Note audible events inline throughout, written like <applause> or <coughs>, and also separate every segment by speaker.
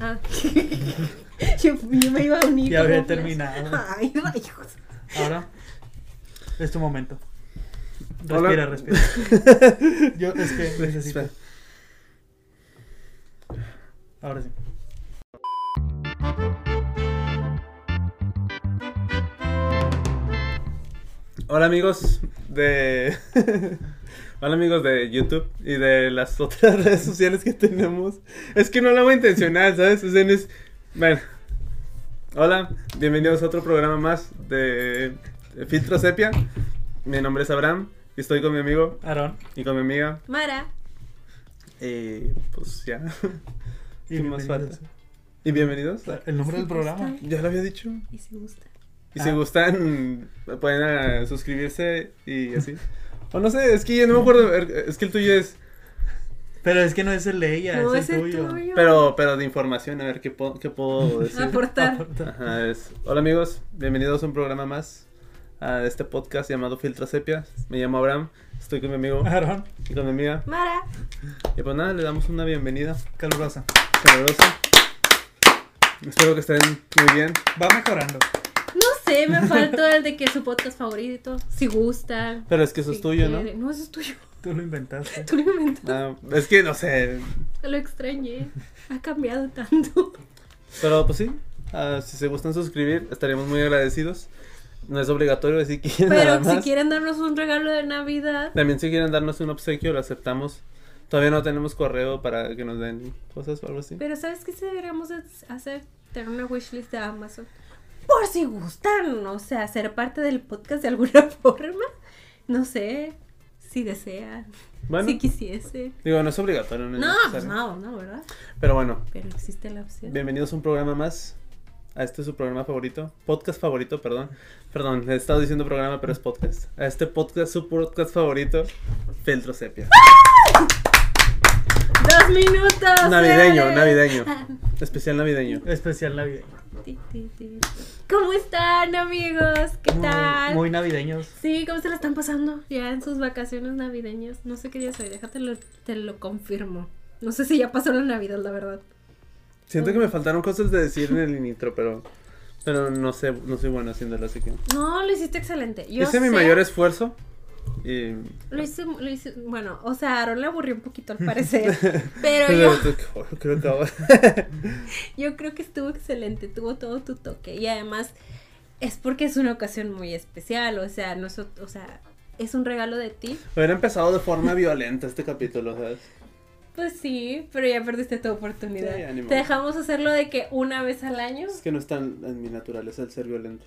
Speaker 1: Ah. <laughs> yo, yo me iba a unir.
Speaker 2: Ya había
Speaker 1: como Flash.
Speaker 2: terminado.
Speaker 1: Ay, <laughs> rayos.
Speaker 2: Ahora es tu momento.
Speaker 3: Hola. Pues,
Speaker 2: Respira, respira.
Speaker 3: <laughs>
Speaker 2: Yo es que necesito. Ahora sí.
Speaker 3: Hola amigos de... <laughs> Hola amigos de YouTube y de las <laughs> otras redes sociales que tenemos. Es que no lo hago intencional, ¿sabes? O sea, no es- Bueno. Hola, bienvenidos a otro programa más de Filtro Sepia. Mi nombre es Abraham y estoy con mi amigo
Speaker 2: Aarón.
Speaker 3: y con mi amiga.
Speaker 1: Mara.
Speaker 3: Y pues ya.
Speaker 2: Y
Speaker 3: ¿Qué más
Speaker 2: bienvenidos.
Speaker 3: falta? Y bienvenidos. a-
Speaker 2: El nombre del programa.
Speaker 3: Ya lo había dicho.
Speaker 1: Y se gusta.
Speaker 3: Y
Speaker 2: Ah.
Speaker 3: si gustan, pueden ah, suscribirse y así. O no sé, es que ya no me acuerdo. er, Es que el tuyo es.
Speaker 2: Pero es que no es el de ella,
Speaker 1: no,
Speaker 2: es el tuyo.
Speaker 3: Pero, pero de información, a ver qué puedo, qué puedo decir.
Speaker 1: Aportar.
Speaker 2: Aporta.
Speaker 3: Ajá, es- Hola amigos, bienvenidos a un programa más a este podcast llamado Filtra Sepia. Me llamo Abraham, estoy con mi amigo
Speaker 2: Aarón,
Speaker 3: y con mi amiga.
Speaker 1: Mara.
Speaker 3: Y pues nada, le damos una bienvenida
Speaker 2: calurosa.
Speaker 3: calurosa. Espero que estén muy bien.
Speaker 2: Va mejorando.
Speaker 1: No sé, me faltó el de que es su podcast favorito. Si gusta.
Speaker 3: Pero es que eso es
Speaker 1: si
Speaker 3: tuyo, ¿no?
Speaker 1: quiere. No, eso es tuyo. <laughs>
Speaker 2: Tú lo inventaste.
Speaker 1: Tú lo inventaste.
Speaker 3: Ah, es que no sé,
Speaker 1: Lo extrañé. Ha cambiado tanto.
Speaker 3: Pero pues sí, ah, si se gustan suscribir, estaríamos muy agradecidos. No es obligatorio decir que <laughs> nada
Speaker 1: Pero si
Speaker 3: más.
Speaker 1: quieren darnos un regalo de Navidad,
Speaker 3: También si quieren darnos un obsequio, lo aceptamos. Todavía no tenemos correo para que nos den cosas o algo así.
Speaker 1: Pero ¿sabes qué sí deberíamos de hacer? Tener una wishlist de Amazon. Por si gustan, o sea, ser parte del podcast de alguna <laughs> forma. No sé, si desean,
Speaker 3: Bueno,
Speaker 1: si quisiesen.
Speaker 3: digo, no es obligatorio. es
Speaker 1: No, pues no,
Speaker 3: necesario.
Speaker 1: no, ¿verdad?
Speaker 3: Pero bueno,
Speaker 1: Pero existe la opción.
Speaker 3: bienvenidos a un programa más. A este su programa favorito, podcast favorito, perdón. Perdón, he estado diciendo programa, pero es podcast. A este podcast, su podcast favorito, Feltro
Speaker 1: <laughs>
Speaker 3: Sepia.
Speaker 1: ¡Dos minutos! eh.
Speaker 3: Navideño,
Speaker 1: señores!
Speaker 3: navideño. Especial navideño.
Speaker 2: Especial navideño.
Speaker 1: Ti, ti, ti. ¿Cómo están, amigos? ¿Qué
Speaker 2: Muy-
Speaker 1: tal?
Speaker 2: Muy navideños.
Speaker 1: Sí, ¿cómo se la están pasando ya en sus vacaciones navideñas? No sé qué día soy, déjate lo, te lo confirmo. No sé si ya pasó la Navidad, la verdad.
Speaker 3: Siento que me faltaron cosas de decir en el intro, pero pero no sé, no soy bueno haciéndolo, así que
Speaker 1: No, lo hiciste excelente. Yo
Speaker 3: hice mi
Speaker 1: sé-
Speaker 3: mayor esfuerzo y
Speaker 1: Lo hice, lo hice- bueno, o sea, Aaron le aburrió un
Speaker 3: <laughs>
Speaker 1: poquito al parecer, pero
Speaker 3: Pero
Speaker 1: yo,
Speaker 3: creo- creo que ahora <laughs>
Speaker 1: yo creo que estuvo excelente, tuvo todo tu toque y además es porque es una ocasión muy especial, o sea, noso- o sea, es un regalo de ti,
Speaker 3: hubiera empezado de forma violenta este capítulo, ¿sabes?
Speaker 1: pues sí, pero ya perdiste tu oportunidad.
Speaker 3: Sí, ánimo.
Speaker 1: Te dejamos hacerlo de que una vez al año,
Speaker 3: Es que no está en, en mi naturaleza el ser violento.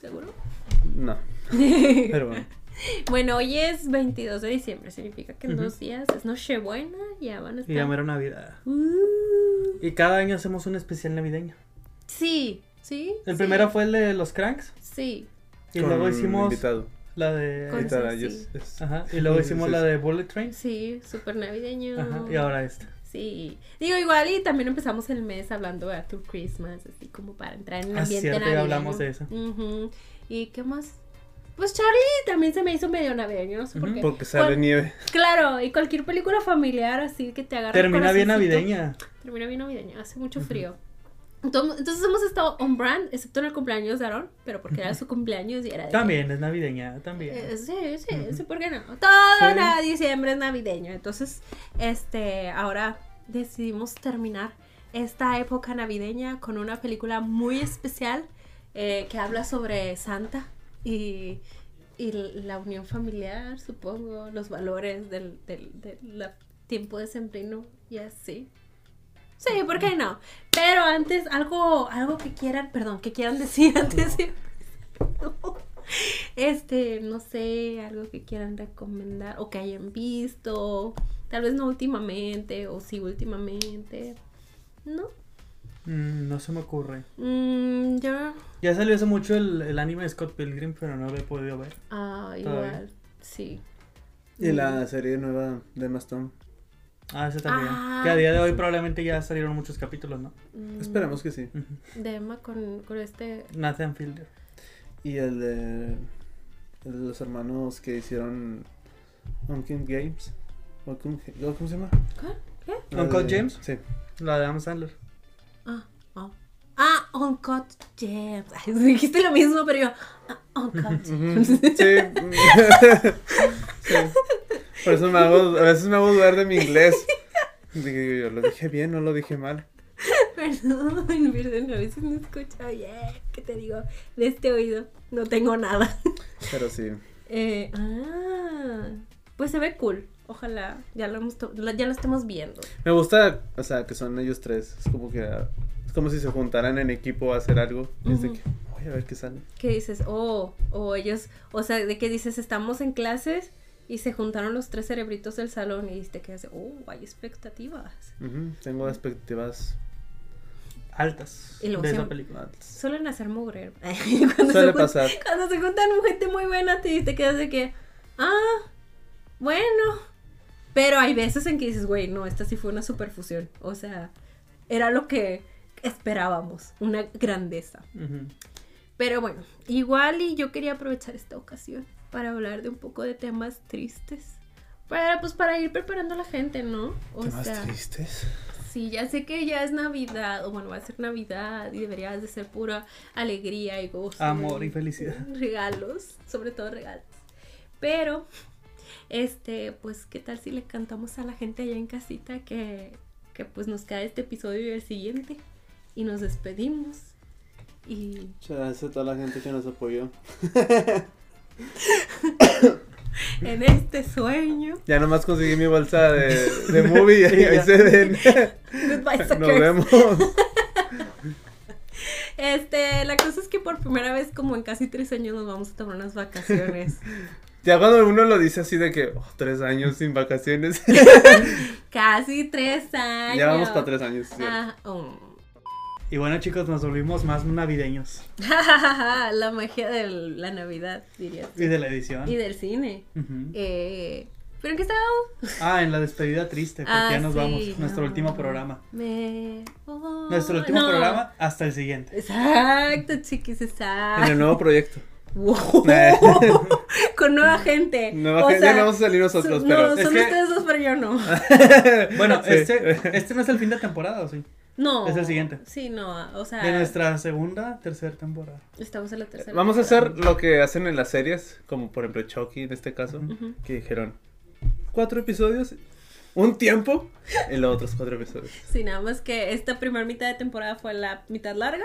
Speaker 1: seguro. <laughs>
Speaker 3: No, pero bueno.
Speaker 1: bueno, hoy es 22 de diciembre, significa que en
Speaker 2: Ujú.
Speaker 1: dos días es Nochebuena, ya van a estar.
Speaker 2: Y llamaron Navidad.
Speaker 1: Uh,
Speaker 2: Y cada año hacemos un especial navideño.
Speaker 1: sí, sí.
Speaker 2: El
Speaker 1: sí,
Speaker 2: primero fue el de los cranks.
Speaker 1: Sí.
Speaker 2: Y
Speaker 3: Con
Speaker 2: luego hicimos
Speaker 3: invitado.
Speaker 2: la de.
Speaker 1: Con-
Speaker 3: Invitada,
Speaker 1: sí.
Speaker 3: yes, yes.
Speaker 2: Ajá. Y luego
Speaker 3: Sí,
Speaker 2: hicimos
Speaker 3: sí,
Speaker 2: la
Speaker 3: sí.
Speaker 2: de Bullet Train.
Speaker 1: Sí, súper navideño.
Speaker 2: Ajá. Y ahora esta.
Speaker 1: Sí. Digo, igual y también empezamos el mes hablando de tu Christmas, así como para entrar en el
Speaker 2: Ah,
Speaker 1: ambiente
Speaker 2: cierto, ya
Speaker 1: navideño.
Speaker 2: hablamos de eso.
Speaker 1: Ujú. ¿Y qué más? Pues Charlie también se me hizo medio navideño, no sé por
Speaker 2: Ujú,
Speaker 1: qué.
Speaker 3: Porque sale
Speaker 1: Cual-
Speaker 3: nieve.
Speaker 1: Claro, y cualquier película familiar así que te agarre el
Speaker 2: Termina bien
Speaker 1: corazoncito.
Speaker 2: navideña.
Speaker 1: Termina bien navideña, hace mucho frío. Entonces, entonces hemos estado on brand, excepto en el cumpleaños de Aaron, pero porque era su cumpleaños y era de-
Speaker 2: También es navideña,
Speaker 1: Eh,
Speaker 2: también.
Speaker 1: Sí, sí,
Speaker 2: Ujú.
Speaker 1: sí, ¿por qué no? Todo
Speaker 2: Sí.
Speaker 1: na- diciembre es navideño. Entonces, este, ahora decidimos terminar esta época navideña con una película muy especial eh, que habla sobre Santa y, y la unión familiar, supongo, los valores del, del, del la- tiempo de sembrino y así. Sí, ¿por qué no? Pero antes, algo, algo que quieran, perdón, que quieran decir <laughs> antes de- Este, no sé, algo que quieran recomendar o que hayan visto. Tal vez no últimamente o sí últimamente. ¿No?
Speaker 2: Mm, no se me ocurre.
Speaker 1: Mm, yo...
Speaker 2: Ya salió hace mucho el, el anime de Scott Pilgrim, pero no lo he podido ver.
Speaker 1: Ah,
Speaker 2: Todavía.
Speaker 1: igual. Sí.
Speaker 3: Y
Speaker 1: Mm.
Speaker 3: la serie nueva de Maston.
Speaker 2: Ah, ese también.
Speaker 1: Ah,
Speaker 2: que a día de hoy probablemente ya salieron muchos capítulos, ¿no?
Speaker 1: Mm,
Speaker 3: Esperamos que sí.
Speaker 2: Ujú.
Speaker 1: De Emma con, con este...
Speaker 2: Nathan Fielder.
Speaker 3: Y el de el de los hermanos que hicieron Unkin Games. ¿O cómo- ¿Cómo se llama?
Speaker 1: ¿Cuál?
Speaker 3: La
Speaker 2: ¿Uncut
Speaker 3: de-
Speaker 2: James?
Speaker 3: Sí.
Speaker 2: La de Adam Sandler.
Speaker 1: Ah, oh. ah Uncut Gems. <laughs> Ay, Dijiste lo mismo, pero yo. Ah, Uncut
Speaker 3: Ujú,
Speaker 1: Gems.
Speaker 3: <laughs> Sí. Sí. Por eso me hago, a veces me hago dudar de mi inglés. Digo yo, ¿lo dije bien o lo dije mal?
Speaker 1: <laughs> Perdón, perdón, a veces no escucho bien. ¿Qué te digo? De este oído no tengo nada.
Speaker 3: Pero sí.
Speaker 1: Eh, ah, pues se ve cool. Ojalá ya lo, hemos to- la- ya lo estemos viendo.
Speaker 3: Me gusta, o sea, que son ellos tres. Es como que. ah, Es como si se juntaran en equipo a hacer algo. Y es de que, voy a ver qué sale.
Speaker 1: Que dices, oh, o ellos, o sea, de que dices, estamos en clases y se juntaron los tres cerebritos del salón y te quedas, de, oh, hay expectativas.
Speaker 3: Ujú, Tengo expectativas.
Speaker 2: Altas.
Speaker 1: Y luego
Speaker 2: de esa
Speaker 1: siempre-
Speaker 2: película.
Speaker 1: Suelen hacer mugre. <laughs> cuando, se
Speaker 3: Suele
Speaker 1: jun-
Speaker 3: pasar.
Speaker 1: cuando se juntan gente muy buena, te, te quedas de que, ah, bueno. Pero hay veces en que dices, güey, no, esta sí fue una superfusión. O sea, era lo que esperábamos, una grandeza.
Speaker 2: Ujú.
Speaker 1: Pero bueno, igual y yo quería aprovechar esta ocasión para hablar de un poco de temas tristes. Para, pues para ir preparando a la gente, ¿no? O
Speaker 3: Temas
Speaker 1: sea,
Speaker 3: tristes.
Speaker 1: sí, ya sé que ya es Navidad, o bueno, va a ser Navidad y deberías de ser pura alegría y gozo.
Speaker 2: Amor y felicidad.
Speaker 1: <laughs> Regalos, sobre todo regalos. Pero, este, pues, ¿qué tal si le cantamos a la gente allá en casita que, que pues nos queda este episodio y el siguiente? Y nos despedimos. Y
Speaker 3: Muchas gracias a toda la gente que nos apoyó.
Speaker 1: en este
Speaker 3: <laughs>
Speaker 1: sueño.
Speaker 3: Ya nomás conseguí mi bolsa de, de movie. y ahí se
Speaker 1: <laughs>
Speaker 3: ven.
Speaker 1: Goodbye,
Speaker 3: Nos
Speaker 1: suckers.
Speaker 3: vemos.
Speaker 1: Este, la cosa es que por primera vez, como en casi tres años, nos vamos a tomar unas vacaciones.
Speaker 3: <laughs> Ya cuando uno lo dice así de que, oh, tres años sin vacaciones.
Speaker 1: casi tres años.
Speaker 3: <laughs> ya vamos para tres años. sí.
Speaker 1: Ah, oh. <laughs>
Speaker 2: Y bueno, chicos, nos volvimos más navideños.
Speaker 1: la magia de la Navidad, diría.
Speaker 2: Y de la edición.
Speaker 1: Y del cine. <laughs>
Speaker 2: Ujú.
Speaker 1: Eh, ¿Pero en qué estábamos?
Speaker 2: Ah, en la despedida triste, porque
Speaker 1: Ah,
Speaker 2: ya nos
Speaker 1: sí,
Speaker 2: vamos. Nuestro
Speaker 1: no.
Speaker 2: último programa.
Speaker 1: Me voy.
Speaker 2: Nuestro último
Speaker 1: No.
Speaker 2: programa hasta el siguiente.
Speaker 1: Exacto, chiquis,
Speaker 3: En
Speaker 1: exacto.
Speaker 3: el nuevo proyecto.
Speaker 1: <laughs>
Speaker 3: <laughs>
Speaker 1: Wow.
Speaker 3: Nah.
Speaker 1: Con nueva gente.
Speaker 3: Nueva
Speaker 1: Uh. O
Speaker 3: gente,
Speaker 1: sea,
Speaker 3: ya no vamos a salir nosotros,
Speaker 1: son-
Speaker 3: pero.
Speaker 1: No, son
Speaker 2: es que-
Speaker 1: ustedes dos, pero yo no.
Speaker 3: <laughs>
Speaker 2: Bueno,
Speaker 3: Sí.
Speaker 2: este, este no es el fin de temporada, ¿o sí?
Speaker 1: No.
Speaker 2: Es el siguiente.
Speaker 1: Sí, no, o sea.
Speaker 2: De nuestra segunda, tercera temporada.
Speaker 1: Estamos en la tercera.
Speaker 3: <laughs> Vamos a hacer lo que hacen en las series, como por ejemplo Chucky en este caso,
Speaker 1: Ujú.
Speaker 3: que dijeron cuatro episodios, un tiempo, y los otros cuatro episodios.
Speaker 1: Sí, nada más que esta primera mitad de temporada fue la mitad larga.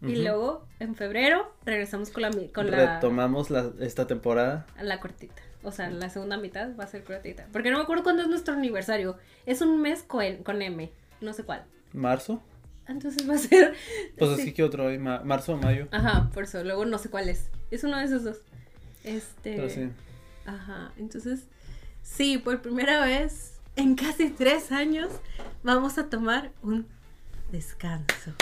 Speaker 1: Y
Speaker 3: Ujú.
Speaker 1: luego, en febrero, regresamos con la, mi- con la,
Speaker 3: Retomamos la- esta temporada.
Speaker 1: la cortita. O sea, la segunda mitad va a ser cortita. Porque no me acuerdo cuándo es nuestro aniversario. Es un mes con, con M. No sé cuál.
Speaker 3: ¿Marzo?
Speaker 1: Entonces va a ser.
Speaker 3: Pues
Speaker 1: sí.
Speaker 3: así que otro hoy, ma- marzo o mayo.
Speaker 1: Ajá, por eso. Luego no sé cuál es. Es uno de esos dos. Este.
Speaker 3: Pero sí.
Speaker 1: Ajá, entonces, sí, por primera vez en casi tres años vamos a tomar un descanso.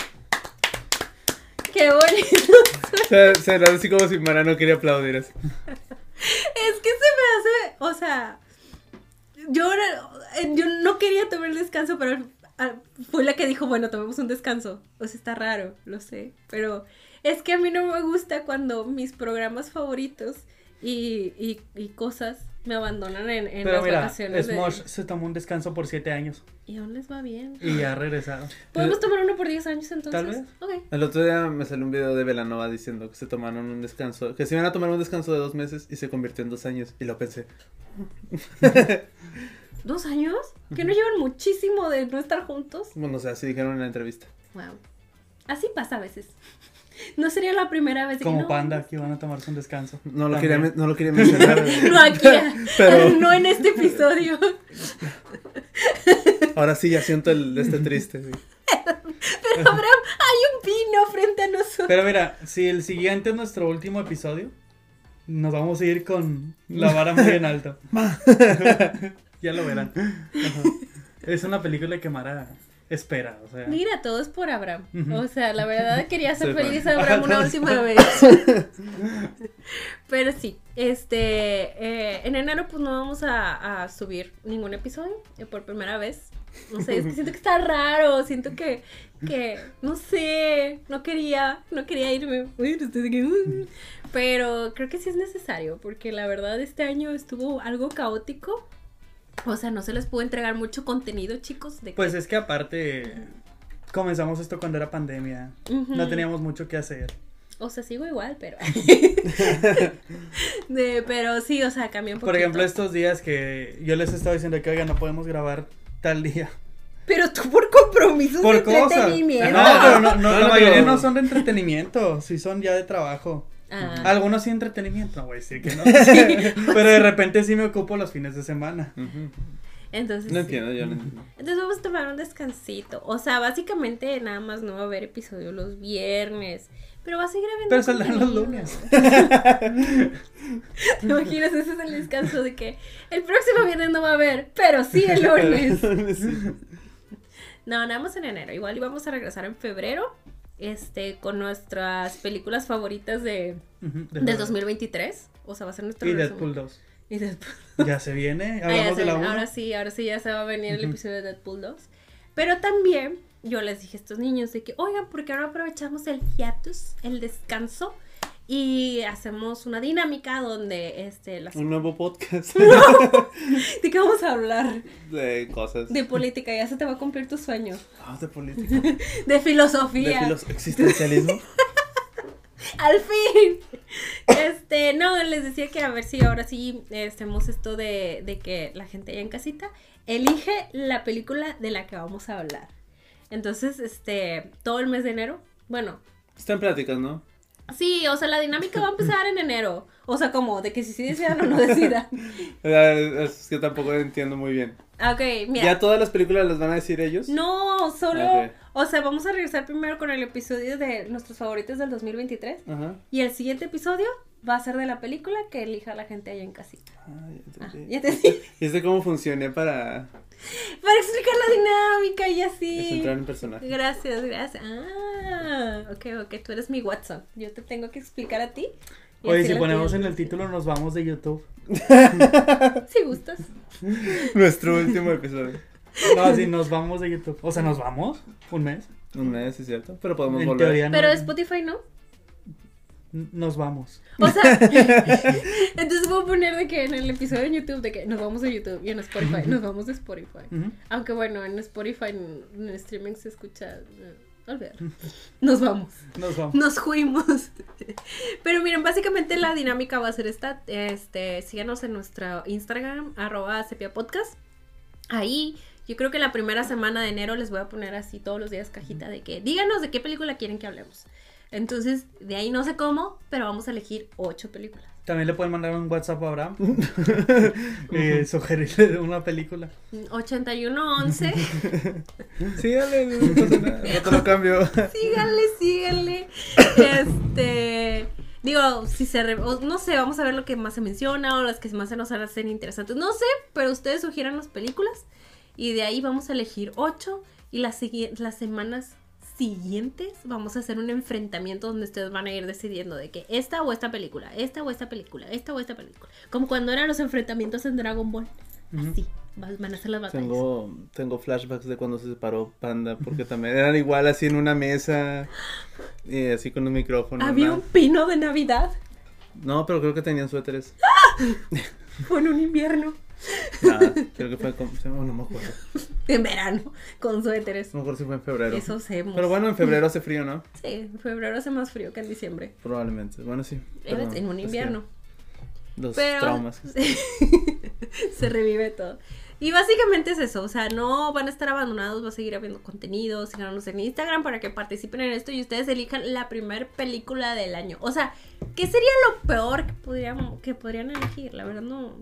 Speaker 1: ¡Qué bonito! <laughs>
Speaker 3: Se, se lo así como si Mara no quería aplaudir. así.
Speaker 1: Es que se me hace, o sea, yo, ahora- eh, yo no quería tomar el descanso, pero ah, fue la que dijo, bueno, tomemos un descanso. O sea, está raro, lo sé, pero es que a mí no me gusta cuando mis programas favoritos y, y- y cosas me abandonan en, en
Speaker 2: Pero
Speaker 1: las
Speaker 2: mira,
Speaker 1: vacaciones. de-
Speaker 2: Smosh se tomó un descanso por siete años
Speaker 1: Y aún les va bien.
Speaker 2: y ya regresaron.
Speaker 1: ¿Podemos tomar uno por 10 años entonces?
Speaker 2: Eh, Tal vez.
Speaker 1: Ok.
Speaker 3: El otro día me salió un video de Velanova diciendo que se tomaron un descanso, que se iban a tomar un descanso de dos meses y se convirtió en dos años. Y lo pensé,
Speaker 1: ¿Dos años? ¿Que no llevan muchísimo de no estar juntos?
Speaker 3: bueno, o sea, así dijeron en la entrevista.
Speaker 1: Wow. Así pasa a veces. No sería la primera vez de que
Speaker 2: Como
Speaker 1: no,
Speaker 2: panda que iban a tomarse un descanso.
Speaker 3: No lo,
Speaker 2: También.
Speaker 3: quería, men- no lo quería mencionar.
Speaker 1: <laughs>
Speaker 3: <laughs>
Speaker 1: No
Speaker 2: <laughs>
Speaker 1: aquí,
Speaker 3: Pero-
Speaker 1: no en este episodio.
Speaker 3: Ahora sí ya siento el de este triste. sí.
Speaker 1: Pero habrá, hay un pino frente a nosotros.
Speaker 2: Pero mira, si el siguiente es nuestro último episodio, nos vamos a ir con la vara muy en
Speaker 3: <laughs>
Speaker 2: alto. <laughs> ya lo verán. Ajá. Es una película que Mara espera, o sea.
Speaker 1: Mira, todo es por Abraham.
Speaker 2: Ujú.
Speaker 1: O sea, la verdad quería
Speaker 3: Soy
Speaker 1: ser
Speaker 3: fan.
Speaker 1: feliz a Abraham una
Speaker 2: Ajá,
Speaker 1: última vez.
Speaker 2: <laughs>
Speaker 1: Pero sí, este, eh, en enero pues no vamos a, a subir ningún episodio eh, por primera vez. No sé, es que siento que está raro, siento que, que, no sé, no quería, no quería irme. Uy, estoy de que, uh. Pero creo que sí es necesario, porque la verdad este año estuvo algo caótico. O sea, no se les pudo entregar mucho contenido, chicos. De que-
Speaker 2: Pues es que aparte comenzamos esto cuando era pandemia.
Speaker 1: Ujú.
Speaker 2: No teníamos mucho que hacer.
Speaker 1: O sea, sigo igual,
Speaker 2: <laughs>
Speaker 1: pero. De- pero sí, o sea, cambió un poquito.
Speaker 2: Por ejemplo, estos días que yo les estaba diciendo que, oiga, no podemos grabar tal día.
Speaker 1: Pero tú por compromisos de
Speaker 2: Por cosas. No,
Speaker 1: entretenimiento.
Speaker 2: pero no, no,
Speaker 3: No,
Speaker 2: la
Speaker 3: no,
Speaker 2: mayoría
Speaker 3: pero-
Speaker 2: no son de entretenimiento, sí son ya de trabajo.
Speaker 1: Ah,
Speaker 2: Algunos sí entretenimiento, no voy a
Speaker 1: <laughs>
Speaker 2: decir que no. pero de repente sí me ocupo los fines de semana.
Speaker 3: Ujú.
Speaker 1: entonces.
Speaker 3: No
Speaker 1: sí.
Speaker 3: entiendo, yo no entiendo.
Speaker 1: Entonces vamos a tomar un descansito. O sea, básicamente nada más no va a haber episodio los viernes. Pero va a seguir habiendo.
Speaker 2: Pero saldrán los
Speaker 1: contenido.
Speaker 2: lunes.
Speaker 1: <laughs> ¿Te imaginas? Ese es el descanso de que el próximo viernes no va a haber, pero sí
Speaker 2: <laughs>
Speaker 1: el lunes.
Speaker 3: <laughs>
Speaker 1: No, nada más en enero. Igual íbamos a regresar en febrero. Este, con nuestras películas favoritas de,
Speaker 2: Ujú, de
Speaker 1: del
Speaker 2: verdad.
Speaker 1: 2023. O sea, va a ser nuestro
Speaker 2: Y
Speaker 1: resumen.
Speaker 2: Deadpool 2.
Speaker 1: Y Deadpool.
Speaker 2: <laughs> Ya se viene,
Speaker 1: Ah, ya
Speaker 2: hablamos
Speaker 1: se
Speaker 2: de la
Speaker 1: viene.
Speaker 2: 1.
Speaker 1: Ahora sí, ahora sí ya se va a venir el
Speaker 2: Ujú.
Speaker 1: episodio de Deadpool 2. Pero también yo les dije a estos niños de que, oigan, ¿por qué no aprovechamos el hiatus, el descanso? Y hacemos una dinámica donde, este, las...
Speaker 3: Un
Speaker 1: <laughs>
Speaker 3: nuevo podcast
Speaker 1: ¿De qué vamos a hablar?
Speaker 3: de cosas.
Speaker 1: De política, ya se te va a cumplir tu sueño.
Speaker 3: Ah, de política.
Speaker 1: De
Speaker 3: De
Speaker 1: filosofía.
Speaker 3: filos-
Speaker 1: <laughs>
Speaker 3: existencialismo.
Speaker 1: ¡Al fin! Este, no, les decía que a ver si ahora sí eh, hacemos esto de, de que la gente allá en casita elige la película de la que vamos a hablar. Entonces, este, todo el mes de enero, bueno,
Speaker 3: Están pláticas, ¿no?
Speaker 1: sí, o sea, la dinámica va a empezar en enero. O sea, como de que si sí decidan o no decidan.
Speaker 3: Eh, Es que tampoco entiendo muy bien.
Speaker 1: Ah, Ok, mira.
Speaker 3: ¿Ya todas las películas las van a decir ellos?
Speaker 1: No, solo,
Speaker 3: Ok.
Speaker 1: o sea, vamos a regresar primero con el episodio de nuestros favoritos del 2023.
Speaker 3: Ajá.
Speaker 1: Y el siguiente episodio va a ser de la película que elija la gente allá en casita.
Speaker 3: Ah,
Speaker 1: Ah,
Speaker 3: ya entendí.
Speaker 1: ya te dije.
Speaker 3: ¿Y este cómo funcioné para
Speaker 1: Para explicar la dinámica y así.
Speaker 3: centrar
Speaker 1: <laughs>
Speaker 3: en personaje?
Speaker 1: Gracias, gracias. Ah, ok, ok, tú eres mi Watson. Yo te tengo que explicar a ti. y
Speaker 2: Oye,
Speaker 1: así
Speaker 2: si
Speaker 1: lo
Speaker 2: ponemos en
Speaker 1: entiendes.
Speaker 2: el título nos vamos de YouTube.
Speaker 1: Si gustas.
Speaker 3: Nuestro último episodio.
Speaker 2: No, si nos vamos de YouTube. O sea, nos vamos un mes.
Speaker 3: Un mes, es cierto, pero podemos
Speaker 2: En
Speaker 3: volver.
Speaker 2: teoría no-
Speaker 1: Pero Spotify no.
Speaker 2: nos vamos.
Speaker 1: O
Speaker 2: <laughs>
Speaker 1: sea, entonces voy a poner de que en el episodio en YouTube, de que nos vamos a YouTube y en Spotify, nos vamos de Spotify.
Speaker 2: Ujú.
Speaker 1: Aunque bueno, en Spotify, en, en streaming se escucha. eh, olvidar.
Speaker 2: <laughs>
Speaker 1: Nos vamos.
Speaker 2: Nos vamos.
Speaker 1: Nos fuimos. <laughs> Pero miren, básicamente la dinámica va a ser esta. Este, síganos en nuestro Instagram, arroba sepiapodcast. Ahí, yo creo que la primera semana de enero les voy a poner así todos los días cajita de que díganos de qué película quieren que hablemos. Entonces, de ahí no sé cómo, pero vamos a elegir ocho películas.
Speaker 2: También le pueden mandar un WhatsApp a Abraham. <laughs> eh, sugerirle una película.
Speaker 1: 81, 11.
Speaker 3: Sí, dale, no <laughs> pasa nada, no te lo cambio.
Speaker 1: síganle, síganle. Este. Digo, si se. re- o no sé, vamos a ver lo que más se menciona o las que más se nos hacen interesantes. No sé, pero ustedes sugieran las películas y de ahí vamos a elegir ocho y las, sigui- las semanas siguientes vamos a hacer un enfrentamiento donde ustedes van a ir decidiendo de que esta o esta película, esta o esta película, esta o esta película. Como cuando eran los enfrentamientos en Dragon Ball.
Speaker 2: Ujú.
Speaker 1: Así, va- van a ser las batallas.
Speaker 3: Tengo, tengo flashbacks de cuando se separó Panda, porque también eran igual así en una mesa y así con un micrófono.
Speaker 1: Había
Speaker 3: ¿no?
Speaker 1: un pino de Navidad.
Speaker 3: No, pero creo que
Speaker 1: <laughs>
Speaker 3: tenían suéteres.
Speaker 1: Fue en un invierno.
Speaker 3: Nada, creo que fue como, oh, no me acuerdo.
Speaker 1: En verano, con suéteres.
Speaker 3: No me acuerdo si fue en febrero.
Speaker 1: Eso hacemos.
Speaker 3: Pero bueno, en febrero hace frío, ¿no?
Speaker 1: Sí, en febrero hace más frío que en diciembre.
Speaker 3: Probablemente. Bueno, sí. perdón,
Speaker 1: en un
Speaker 3: es que
Speaker 1: invierno.
Speaker 3: Los
Speaker 1: Pero <laughs>
Speaker 3: traumas.
Speaker 1: se revive todo. Y básicamente es eso, o sea, no van a estar abandonados, va a seguir habiendo contenido, síganos en Instagram para que participen en esto y ustedes elijan la primer película del año. O sea, ¿qué sería lo peor que podrían, que podrían elegir? La verdad no,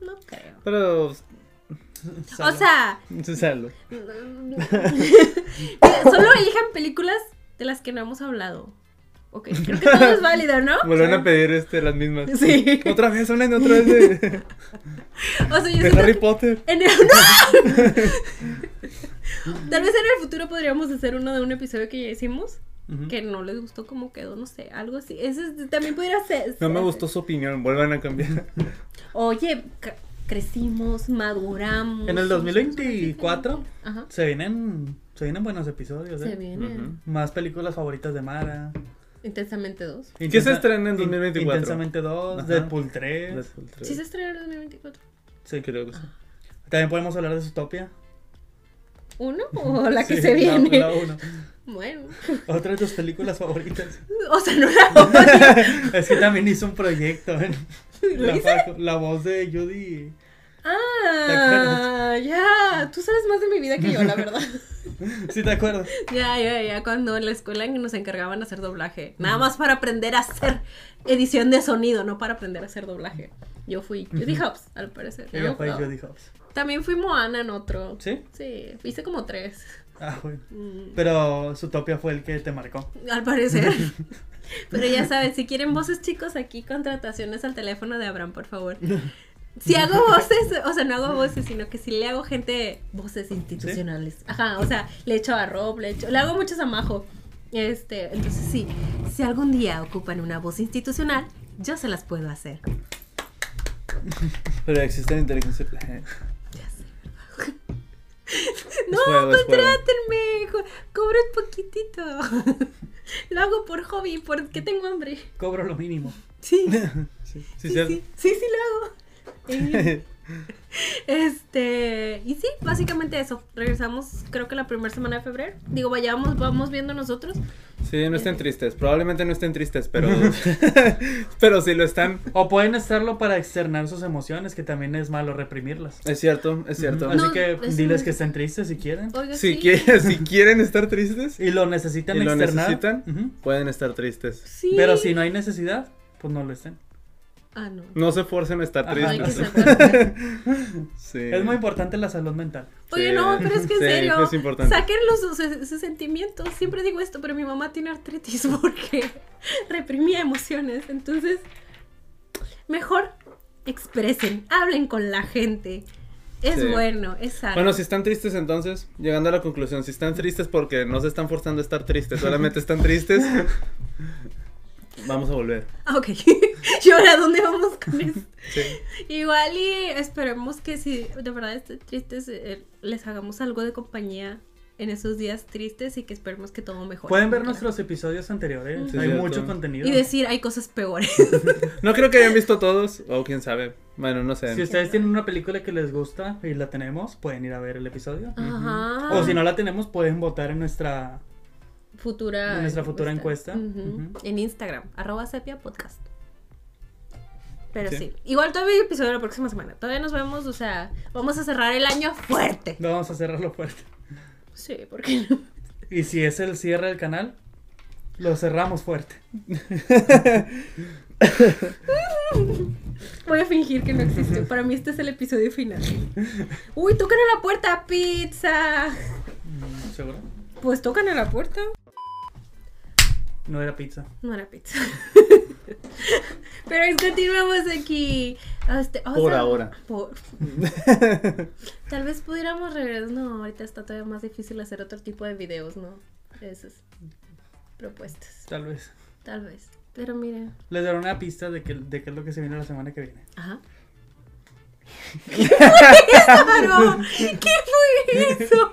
Speaker 1: no creo.
Speaker 3: Pero,
Speaker 1: O sea,
Speaker 3: sí, salud.
Speaker 1: <laughs> solo elijan películas de las que no hemos hablado. Ok, creo que todo es válido, ¿no?
Speaker 3: Volvieron a pedir este, las mismas.
Speaker 1: Sí.
Speaker 3: <laughs> Otra vez, hablen otra
Speaker 1: <laughs>
Speaker 3: vez de,
Speaker 1: O sea, yo
Speaker 3: de
Speaker 1: siento
Speaker 3: Harry
Speaker 1: que
Speaker 3: Potter.
Speaker 1: en el- ¡No! Tal vez en el futuro podríamos hacer uno de un episodio que ya hicimos,
Speaker 2: Ujú.
Speaker 1: que no les gustó como quedó, no sé, algo así. Ese es- también pudiera ser.
Speaker 3: No me gustó su opinión, vuelvan a cambiar.
Speaker 1: Oye, ca- crecimos, maduramos.
Speaker 2: En el 2024
Speaker 1: Ajá.
Speaker 2: se vienen, se vienen buenos episodios. ¿eh?
Speaker 1: Se viene.
Speaker 3: Ujú.
Speaker 2: Más películas favoritas de Mara.
Speaker 1: Intensamente 2.
Speaker 3: ¿Qué se
Speaker 2: Intensa-
Speaker 3: estrena en
Speaker 2: In-
Speaker 3: 2024?
Speaker 2: Intensamente 2,
Speaker 3: Ajá.
Speaker 2: Deadpool 3.
Speaker 1: Sí se estrena en el 2024. Ah.
Speaker 3: Sí, creo que sí.
Speaker 2: También podemos hablar de Zootopia.
Speaker 1: ¿Uno o la que
Speaker 2: Sí,
Speaker 1: se viene?
Speaker 2: la uno.
Speaker 1: Bueno, <laughs>
Speaker 2: Otra de tus películas favoritas.
Speaker 1: o sea, no la
Speaker 2: <laughs>
Speaker 1: odio.
Speaker 2: Es que también hizo un proyecto. ¿eh?
Speaker 1: ¿Lo
Speaker 2: La,
Speaker 1: hice?
Speaker 2: fa- la voz de Judy.
Speaker 1: Ah, ya, tú sabes más de mi vida que yo, la
Speaker 2: <laughs>
Speaker 1: verdad. <laughs>
Speaker 2: ¿Sí te acuerdas?
Speaker 1: Ya, ya, ya, cuando en la escuela nos encargaban de hacer doblaje. Nada más para aprender a hacer edición de sonido, no para aprender a hacer doblaje. Yo fui Judy Hobbs, al parecer. no me
Speaker 2: Ella fue
Speaker 1: acuerdo.
Speaker 2: Judy Hobbs.
Speaker 1: También fui Moana en otro.
Speaker 2: ¿Sí?
Speaker 1: Sí, hice como tres.
Speaker 2: Ah, bueno.
Speaker 1: Mm,
Speaker 2: Pero Zootopia fue el que te marcó.
Speaker 1: al parecer. Pero ya sabes, si quieren voces, chicos, aquí contrataciones al teléfono de Abraham, por favor. Si hago voces, o sea, no hago voces, sino que si le hago gente voces institucionales. Ajá, o sea, le echo a Rob, le echo, le hago muchos a Majo. Este, entonces sí, si algún día ocupan una voz institucional, yo se las puedo hacer.
Speaker 3: Pero existe la inteligencia. <laughs>
Speaker 1: Ya sé.
Speaker 3: Es fuego,
Speaker 1: no,
Speaker 3: es fuego.
Speaker 1: contrátenme, co- cobro un poquitito. <laughs> Lo hago por hobby, porque tengo hambre.
Speaker 2: Cobro lo mínimo.
Speaker 1: Sí.
Speaker 3: Sí,
Speaker 1: Sí,
Speaker 3: sí,
Speaker 1: sí,
Speaker 3: cierto.
Speaker 1: sí, sí, lo hago.
Speaker 3: <laughs>
Speaker 1: Eh, Este, y sí, básicamente eso. Regresamos, creo que la primera semana de febrero. Digo, vayamos, vamos viendo nosotros.
Speaker 3: Sí, no estén tristes. Probablemente no estén
Speaker 1: <laughs>
Speaker 3: tristes, pero. <laughs> pero si lo están.
Speaker 2: O pueden estarlo para externar sus emociones, que también es malo reprimirlas.
Speaker 3: Es cierto, es cierto.
Speaker 2: Ujú. Así
Speaker 1: No,
Speaker 2: que
Speaker 1: es
Speaker 2: diles
Speaker 1: un-
Speaker 2: que estén tristes si quieren.
Speaker 1: Oiga,
Speaker 3: Si,
Speaker 1: sí.
Speaker 3: quieren, <laughs> si quieren estar tristes,
Speaker 2: Y lo necesitan
Speaker 3: ¿Y lo
Speaker 2: externar.
Speaker 3: necesitan?
Speaker 2: Ujú.
Speaker 3: pueden estar tristes.
Speaker 1: Sí.
Speaker 2: Pero si no hay necesidad, pues no lo estén.
Speaker 1: Ah, no.
Speaker 3: No se forcen a estar
Speaker 2: Ajá,
Speaker 1: Ay, que
Speaker 3: <laughs> tristes.
Speaker 2: se-
Speaker 1: sacar.
Speaker 3: Sí.
Speaker 2: Es muy importante la salud mental.
Speaker 1: Oye,
Speaker 3: Sí.
Speaker 1: no, pero es que en
Speaker 3: Sí,
Speaker 1: serio.
Speaker 3: es importante.
Speaker 1: Saquen los, sus, sus sentimientos. Siempre digo esto, pero mi mamá tiene artritis <laughs> porque reprimía emociones. Entonces, mejor expresen, hablen con la gente. Es
Speaker 3: Sí.
Speaker 1: bueno, es sano.
Speaker 3: Bueno, si están tristes entonces, llegando a la conclusión, si están tristes porque no se están forzando a estar tristes, solamente están <laughs> tristes, vamos a volver.
Speaker 1: Ah, Ok. <laughs> ¿Y ahora dónde vamos con esto?
Speaker 3: Sí.
Speaker 1: Igual y esperemos que si de verdad estén tristes, eh, les hagamos algo de compañía en esos días tristes y que esperemos que todo mejore.
Speaker 2: Pueden ver nuestros episodios anteriores.
Speaker 3: Sí,
Speaker 2: Hay
Speaker 3: cierto.
Speaker 2: mucho contenido.
Speaker 1: Y decir, hay cosas peores.
Speaker 3: No creo que hayan visto todos, o quién sabe. Bueno, no sé.
Speaker 2: Si ustedes tienen una película que les gusta y la tenemos, pueden ir a ver el episodio.
Speaker 1: Ah. Ajá.
Speaker 2: O si no la tenemos, pueden votar en nuestra.
Speaker 1: Futura.
Speaker 2: en nuestra futura encuesta.
Speaker 1: Ujú.
Speaker 2: Ujú.
Speaker 1: En Instagram, arroba sepia podcast. Pero
Speaker 3: Sí.
Speaker 1: sí. Igual todavía hay episodio la próxima semana. Todavía nos vemos, o sea, vamos a cerrar el año fuerte.
Speaker 2: No vamos a cerrarlo fuerte.
Speaker 1: Sí, porque no.
Speaker 2: Y si es el cierre del canal, lo cerramos fuerte.
Speaker 1: <laughs> Voy a fingir que no existe. Para mí este es el episodio
Speaker 2: <laughs>
Speaker 1: final. Uy, tocan a la puerta, pizza.
Speaker 2: Mm, ¿Seguro?
Speaker 1: Pues tocan a la puerta.
Speaker 2: No era pizza.
Speaker 1: No era
Speaker 3: <laughs>
Speaker 1: pizza. Pero es- continuamos aquí. Este, o
Speaker 3: Por
Speaker 1: sea,
Speaker 3: ahora. <laughs>
Speaker 1: por- Tal vez pudiéramos regresar. No, ahorita está todavía más difícil hacer otro tipo de videos, ¿no? Esas propuestas.
Speaker 2: Tal vez.
Speaker 1: Tal vez. Pero miren.
Speaker 2: Les daré una pista de, que, de qué es lo que se viene la semana que viene.
Speaker 1: Ajá.
Speaker 3: <laughs>
Speaker 1: ¿Qué fue eso? ¿Qué fue
Speaker 3: <laughs>
Speaker 1: eso?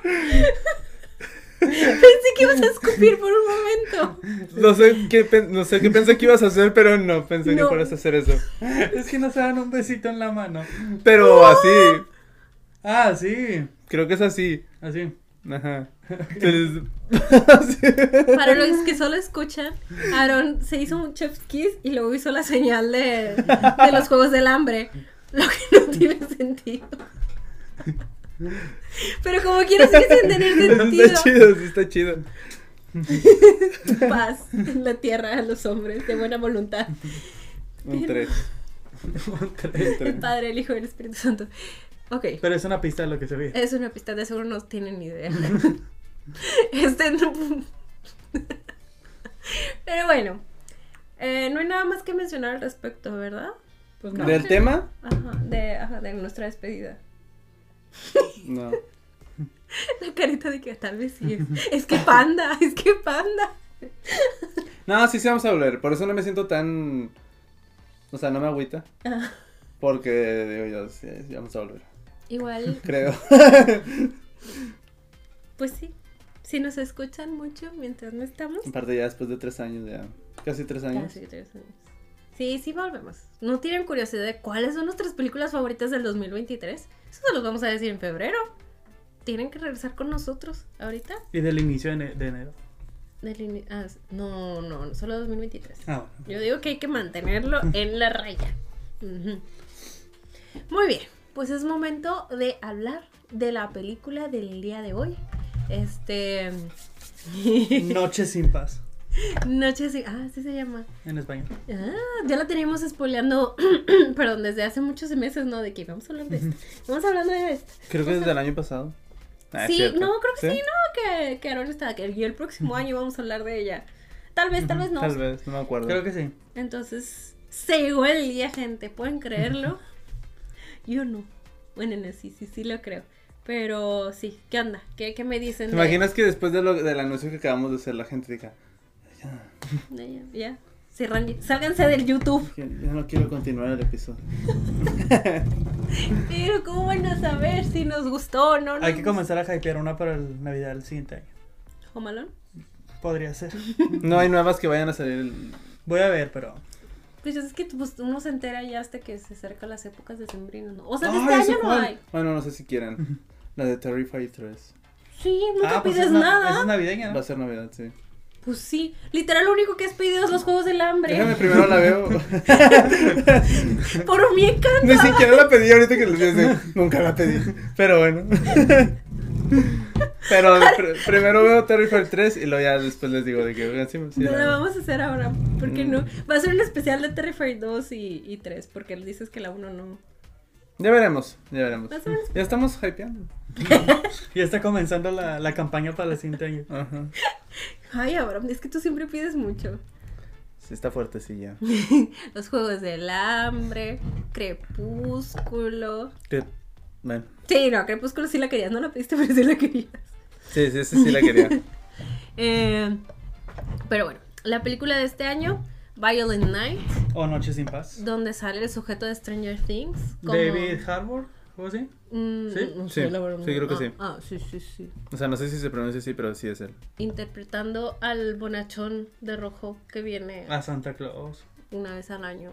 Speaker 1: Pensé que ibas a escupir por un momento.
Speaker 3: No sé qué, pen- no sé qué pensé que ibas a hacer, pero no pensé que
Speaker 1: No.
Speaker 3: fueras a hacer eso.
Speaker 2: es que no se dan un besito en la mano.
Speaker 3: Pero así,
Speaker 2: Ah, sí.
Speaker 3: creo que es así.
Speaker 2: Así.
Speaker 3: Ajá. Entonces, así.
Speaker 1: Para los que solo escuchan, Aaron se hizo un chef's kiss y luego hizo la señal de, de los Juegos del Hambre. Lo que no tiene sentido. Pero como quieres que sin
Speaker 3: <laughs>
Speaker 1: tener sentido,
Speaker 3: está chido, sí está chido.
Speaker 1: paz en la tierra a los hombres de buena voluntad.
Speaker 3: Un
Speaker 1: Pero-
Speaker 3: tres.
Speaker 2: Un tres.
Speaker 1: El
Speaker 3: Tres.
Speaker 1: Padre, el Hijo y el Espíritu Santo. Ok.
Speaker 2: Pero es una pista de lo que se viene.
Speaker 1: Es una pista, de seguro no tienen ni
Speaker 3: <laughs>
Speaker 1: idea. <laughs> este no... Pero bueno, eh, no hay nada más que mencionar al respecto, ¿verdad?
Speaker 2: Pues no.
Speaker 3: ¿Del tema?
Speaker 1: Ajá, de, ajá, de nuestra despedida. <laughs>
Speaker 3: No.
Speaker 1: La carita de que tal vez sí es. Es que panda, <laughs> es que panda.
Speaker 3: No, sí, sí vamos a volver. Por eso no me siento tan. O sea, no me agüita.
Speaker 1: Ah,
Speaker 3: Porque digo yo, sí, sí vamos a volver.
Speaker 1: igual, <laughs>
Speaker 3: Creo.
Speaker 1: pues sí. Si nos escuchan mucho mientras no estamos.
Speaker 3: Aparte, ya después de tres años, ya. Casi tres años.
Speaker 1: Casi tres años. Sí, sí, volvemos. No tienen curiosidad de cuáles son nuestras películas favoritas del 2023. Eso se los vamos a decir en febrero. Tienen que regresar con nosotros ahorita.
Speaker 2: Y del inicio de ene- de enero.
Speaker 1: Del ini- ah, s- no, no, no, solo 2023.
Speaker 2: Ah, bueno.
Speaker 1: Yo digo que hay que mantenerlo en la raya. Ujú. Muy bien, pues es momento de hablar de la película del día de hoy. Este.
Speaker 2: Noches sin paz.
Speaker 1: <laughs> Noche sin. Ah, sí se llama.
Speaker 2: En español.
Speaker 1: Ah, ya la teníamos spoileando, <clears throat> perdón, desde hace muchos meses, ¿no? De que vamos a hablar de esto. Vamos hablando de esto.
Speaker 3: Creo que desde el año pasado. Ah, es
Speaker 1: sí,
Speaker 3: cierto.
Speaker 1: no, creo que sí, ¿no? Que, que Aaron estaba que y el próximo año vamos a hablar de ella. Tal vez, tal vez no.
Speaker 3: Tal vez, no me acuerdo.
Speaker 2: Creo que sí.
Speaker 1: Entonces, se llegó el día, gente. ¿Pueden creerlo? Yo no. Bueno, no, sí, sí, sí lo creo. Pero sí, ¿qué onda? ¿Qué, qué me dicen?
Speaker 3: ¿Te
Speaker 1: de-
Speaker 3: imaginas que después de lo- del anuncio que acabamos de hacer la gente diga, ya,
Speaker 1: de ella? Ya. Cierran- sálganse del YouTube.
Speaker 3: ya no quiero continuar el episodio?
Speaker 1: Pero, ¿cómo van a saber si nos gustó o no?
Speaker 2: Hay que
Speaker 1: nos
Speaker 2: comenzar a hypear una para el Navidad del siguiente año.
Speaker 1: gustó? ¿Home Alone? <laughs>
Speaker 2: Podría ser.
Speaker 3: No hay nuevas que vayan a salir. el-
Speaker 2: Voy a ver, pero.
Speaker 1: Pues es que pues, uno se entera ya hasta que se acercan las épocas de sembrino, ¿no? O sea, de
Speaker 3: Ah,
Speaker 1: este
Speaker 3: ¿eso
Speaker 1: año no
Speaker 3: cuál?
Speaker 1: hay.
Speaker 3: Bueno, no sé si quieran. La de Terrify 3.
Speaker 1: Sí, nunca
Speaker 3: Ah,
Speaker 2: pues
Speaker 1: pides
Speaker 2: es na-
Speaker 1: nada.
Speaker 2: esa es navideña,
Speaker 3: Va a
Speaker 2: ¿no?
Speaker 3: ser novedad, sí.
Speaker 1: Pues sí, literal lo único que has pedido es los juegos del hambre.
Speaker 3: Déjame primero la veo.
Speaker 1: <laughs> Por mi
Speaker 3: Ni
Speaker 1: encanta.
Speaker 3: siquiera la pedí ahorita que lo pienso. Nunca la pedí. Pero bueno. Pero pr- primero veo Terrify 3 y luego ya después les digo de que oigan, sí, <laughs> sí,
Speaker 1: No
Speaker 3: la-
Speaker 1: la vamos a hacer ahora, porque
Speaker 3: Mm.
Speaker 1: no. Va a ser un especial de Terrify 2 y, y 3, porque dices que la 1 no.
Speaker 3: Ya veremos, ya veremos.
Speaker 1: Va a ser un-
Speaker 3: Ya estamos hypeando.
Speaker 2: Ya está comenzando la, la campaña para el siguiente año.
Speaker 3: Ajá.
Speaker 1: Ay, Abraham, es que tú siempre pides mucho.
Speaker 3: Sí, está fuerte, sí, ya.
Speaker 1: Los juegos del hambre, Crepúsculo.
Speaker 3: Que- Bueno,
Speaker 1: Sí, no, Crepúsculo sí la querías, no la pediste, <laughs> pero sí la querías.
Speaker 3: sí, sí, sí, sí la
Speaker 1: <laughs>
Speaker 3: quería.
Speaker 1: Eh, pero bueno, la película de este año, Violent Night,
Speaker 2: O Noches sin paz.
Speaker 1: donde sale el sujeto de Stranger Things. como-
Speaker 2: David Harbour, ¿o así?
Speaker 1: Mm,
Speaker 2: ¿Sí?
Speaker 1: no
Speaker 3: Sí,
Speaker 1: sé, la verdad.
Speaker 3: sí, creo que
Speaker 1: Ah,
Speaker 3: sí.
Speaker 1: Ah, sí, sí, sí.
Speaker 3: O sea, no sé si se pronuncia así, pero sí es él.
Speaker 1: Interpretando al bonachón de rojo que viene
Speaker 3: Ah.
Speaker 2: A Santa Claus.
Speaker 1: una vez al año.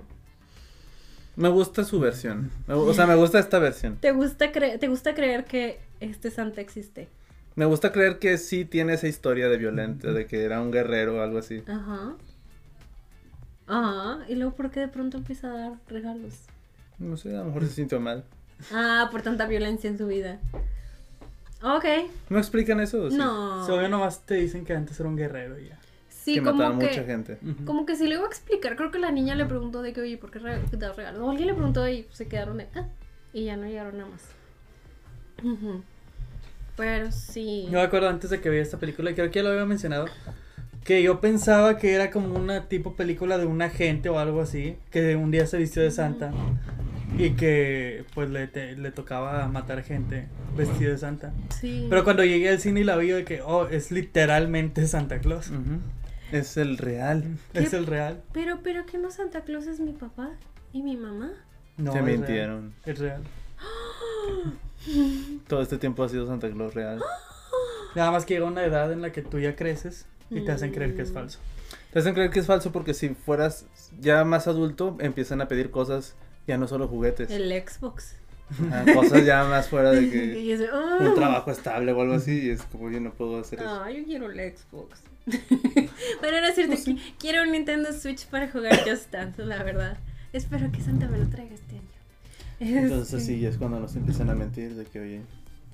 Speaker 3: Me gusta su versión. Me gu- O sea, me gusta esta versión.
Speaker 1: ¿Te gusta, cre- ¿Te gusta creer que este santa existe?
Speaker 3: Me gusta creer que sí tiene esa historia de violento, de que era un guerrero o algo así.
Speaker 1: Ajá. Ajá. Y luego, ¿por qué de pronto empieza a dar regalos?
Speaker 3: No sé, a lo mejor se sintió mal.
Speaker 1: Ah, por tanta violencia en su vida. Ok.
Speaker 3: ¿No explican eso? o Pues sí?
Speaker 1: No.
Speaker 2: Solo nomás te dicen que antes era un guerrero y ya.
Speaker 1: Sí,
Speaker 3: que
Speaker 1: como
Speaker 3: mataban
Speaker 1: que...
Speaker 3: mucha gente.
Speaker 2: Ujú.
Speaker 1: Como que si le iba a explicar, creo que la niña le preguntó de que, oye, ¿por qué re- das regalos? O alguien le preguntó y se quedaron de, ah, y ya no llegaron nada más. Ujú. Pero sí.
Speaker 2: Yo me acuerdo antes de que veía esta película, y creo que ya lo había mencionado, que yo pensaba que era como una tipo película de un agente o algo así, que un día se vistió de santa y que pues le, te- le tocaba matar gente vestido de santa.
Speaker 1: Sí.
Speaker 2: Pero cuando llegué al cine y la vi, de que, oh, es literalmente Santa Claus.
Speaker 3: Ujú. Es el real.
Speaker 2: Es
Speaker 1: ¿Qué?
Speaker 2: el real.
Speaker 1: pero, pero que no Santa Claus es mi papá y mi mamá.
Speaker 2: No,
Speaker 3: Te
Speaker 2: es real.
Speaker 3: mintieron.
Speaker 2: Es real.
Speaker 3: Todo este tiempo ha sido Santa Claus real.
Speaker 2: Nada más que llega una edad en la que tú ya creces y te hacen creer que es
Speaker 1: Mm.
Speaker 2: falso.
Speaker 3: Te hacen creer que es falso porque si fueras ya más adulto, empiezan a pedir cosas, ya no solo juguetes.
Speaker 1: El Xbox.
Speaker 3: Ah, cosas ya más fuera de
Speaker 1: <laughs>
Speaker 3: que
Speaker 1: Y es de, "Ah".
Speaker 3: un trabajo estable o algo así y es como yo no puedo hacer eso.
Speaker 1: Ah, yo quiero el Xbox. <laughs> pero era
Speaker 3: Pues
Speaker 1: cierto, que quiero un Nintendo Switch para jugar Just Dance, la verdad. Espero que Santa me lo traiga este año.
Speaker 3: Entonces
Speaker 1: Este-
Speaker 3: sí, es cuando nos empiezan a mentir de que, oye,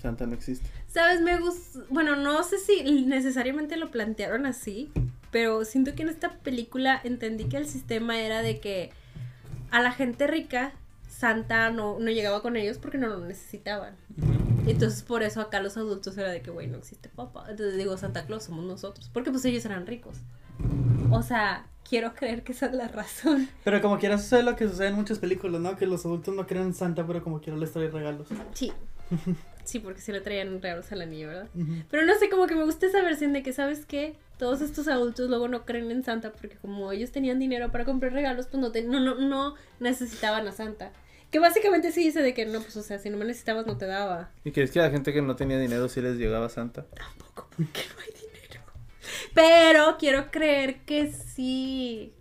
Speaker 3: Santa no existe.
Speaker 1: Sabes, me gusta, bueno, no sé si necesariamente lo plantearon así, pero siento que en esta película entendí que el sistema era de que a la gente rica Santa no, no llegaba con ellos porque no lo necesitaban. Entonces por eso acá los adultos era de que, güey, no existe papá. Entonces digo, Santa Claus somos nosotros, porque pues ellos eran ricos. O sea, quiero creer que esa es la razón.
Speaker 2: Pero como quiera sucede lo que sucede en muchas películas, ¿no? Que los adultos no creen en Santa, pero como quiera les trae regalos.
Speaker 1: Sí. <laughs> Sí, porque se le traían regalos al anillo, ¿verdad?
Speaker 2: Ujú.
Speaker 1: Pero no sé, como que me gusta esa versión de que, ¿sabes qué? Todos estos adultos luego no creen en Santa porque como ellos tenían dinero para comprar regalos, pues no, te- no, no, no necesitaban a Santa. Que básicamente sí dice de que no, pues o sea, si no me necesitabas no te daba.
Speaker 3: ¿Y crees que a la gente que no tenía dinero sí les
Speaker 1: <laughs>
Speaker 3: llegaba Santa?
Speaker 1: Tampoco porque no hay dinero. Pero quiero creer que sí.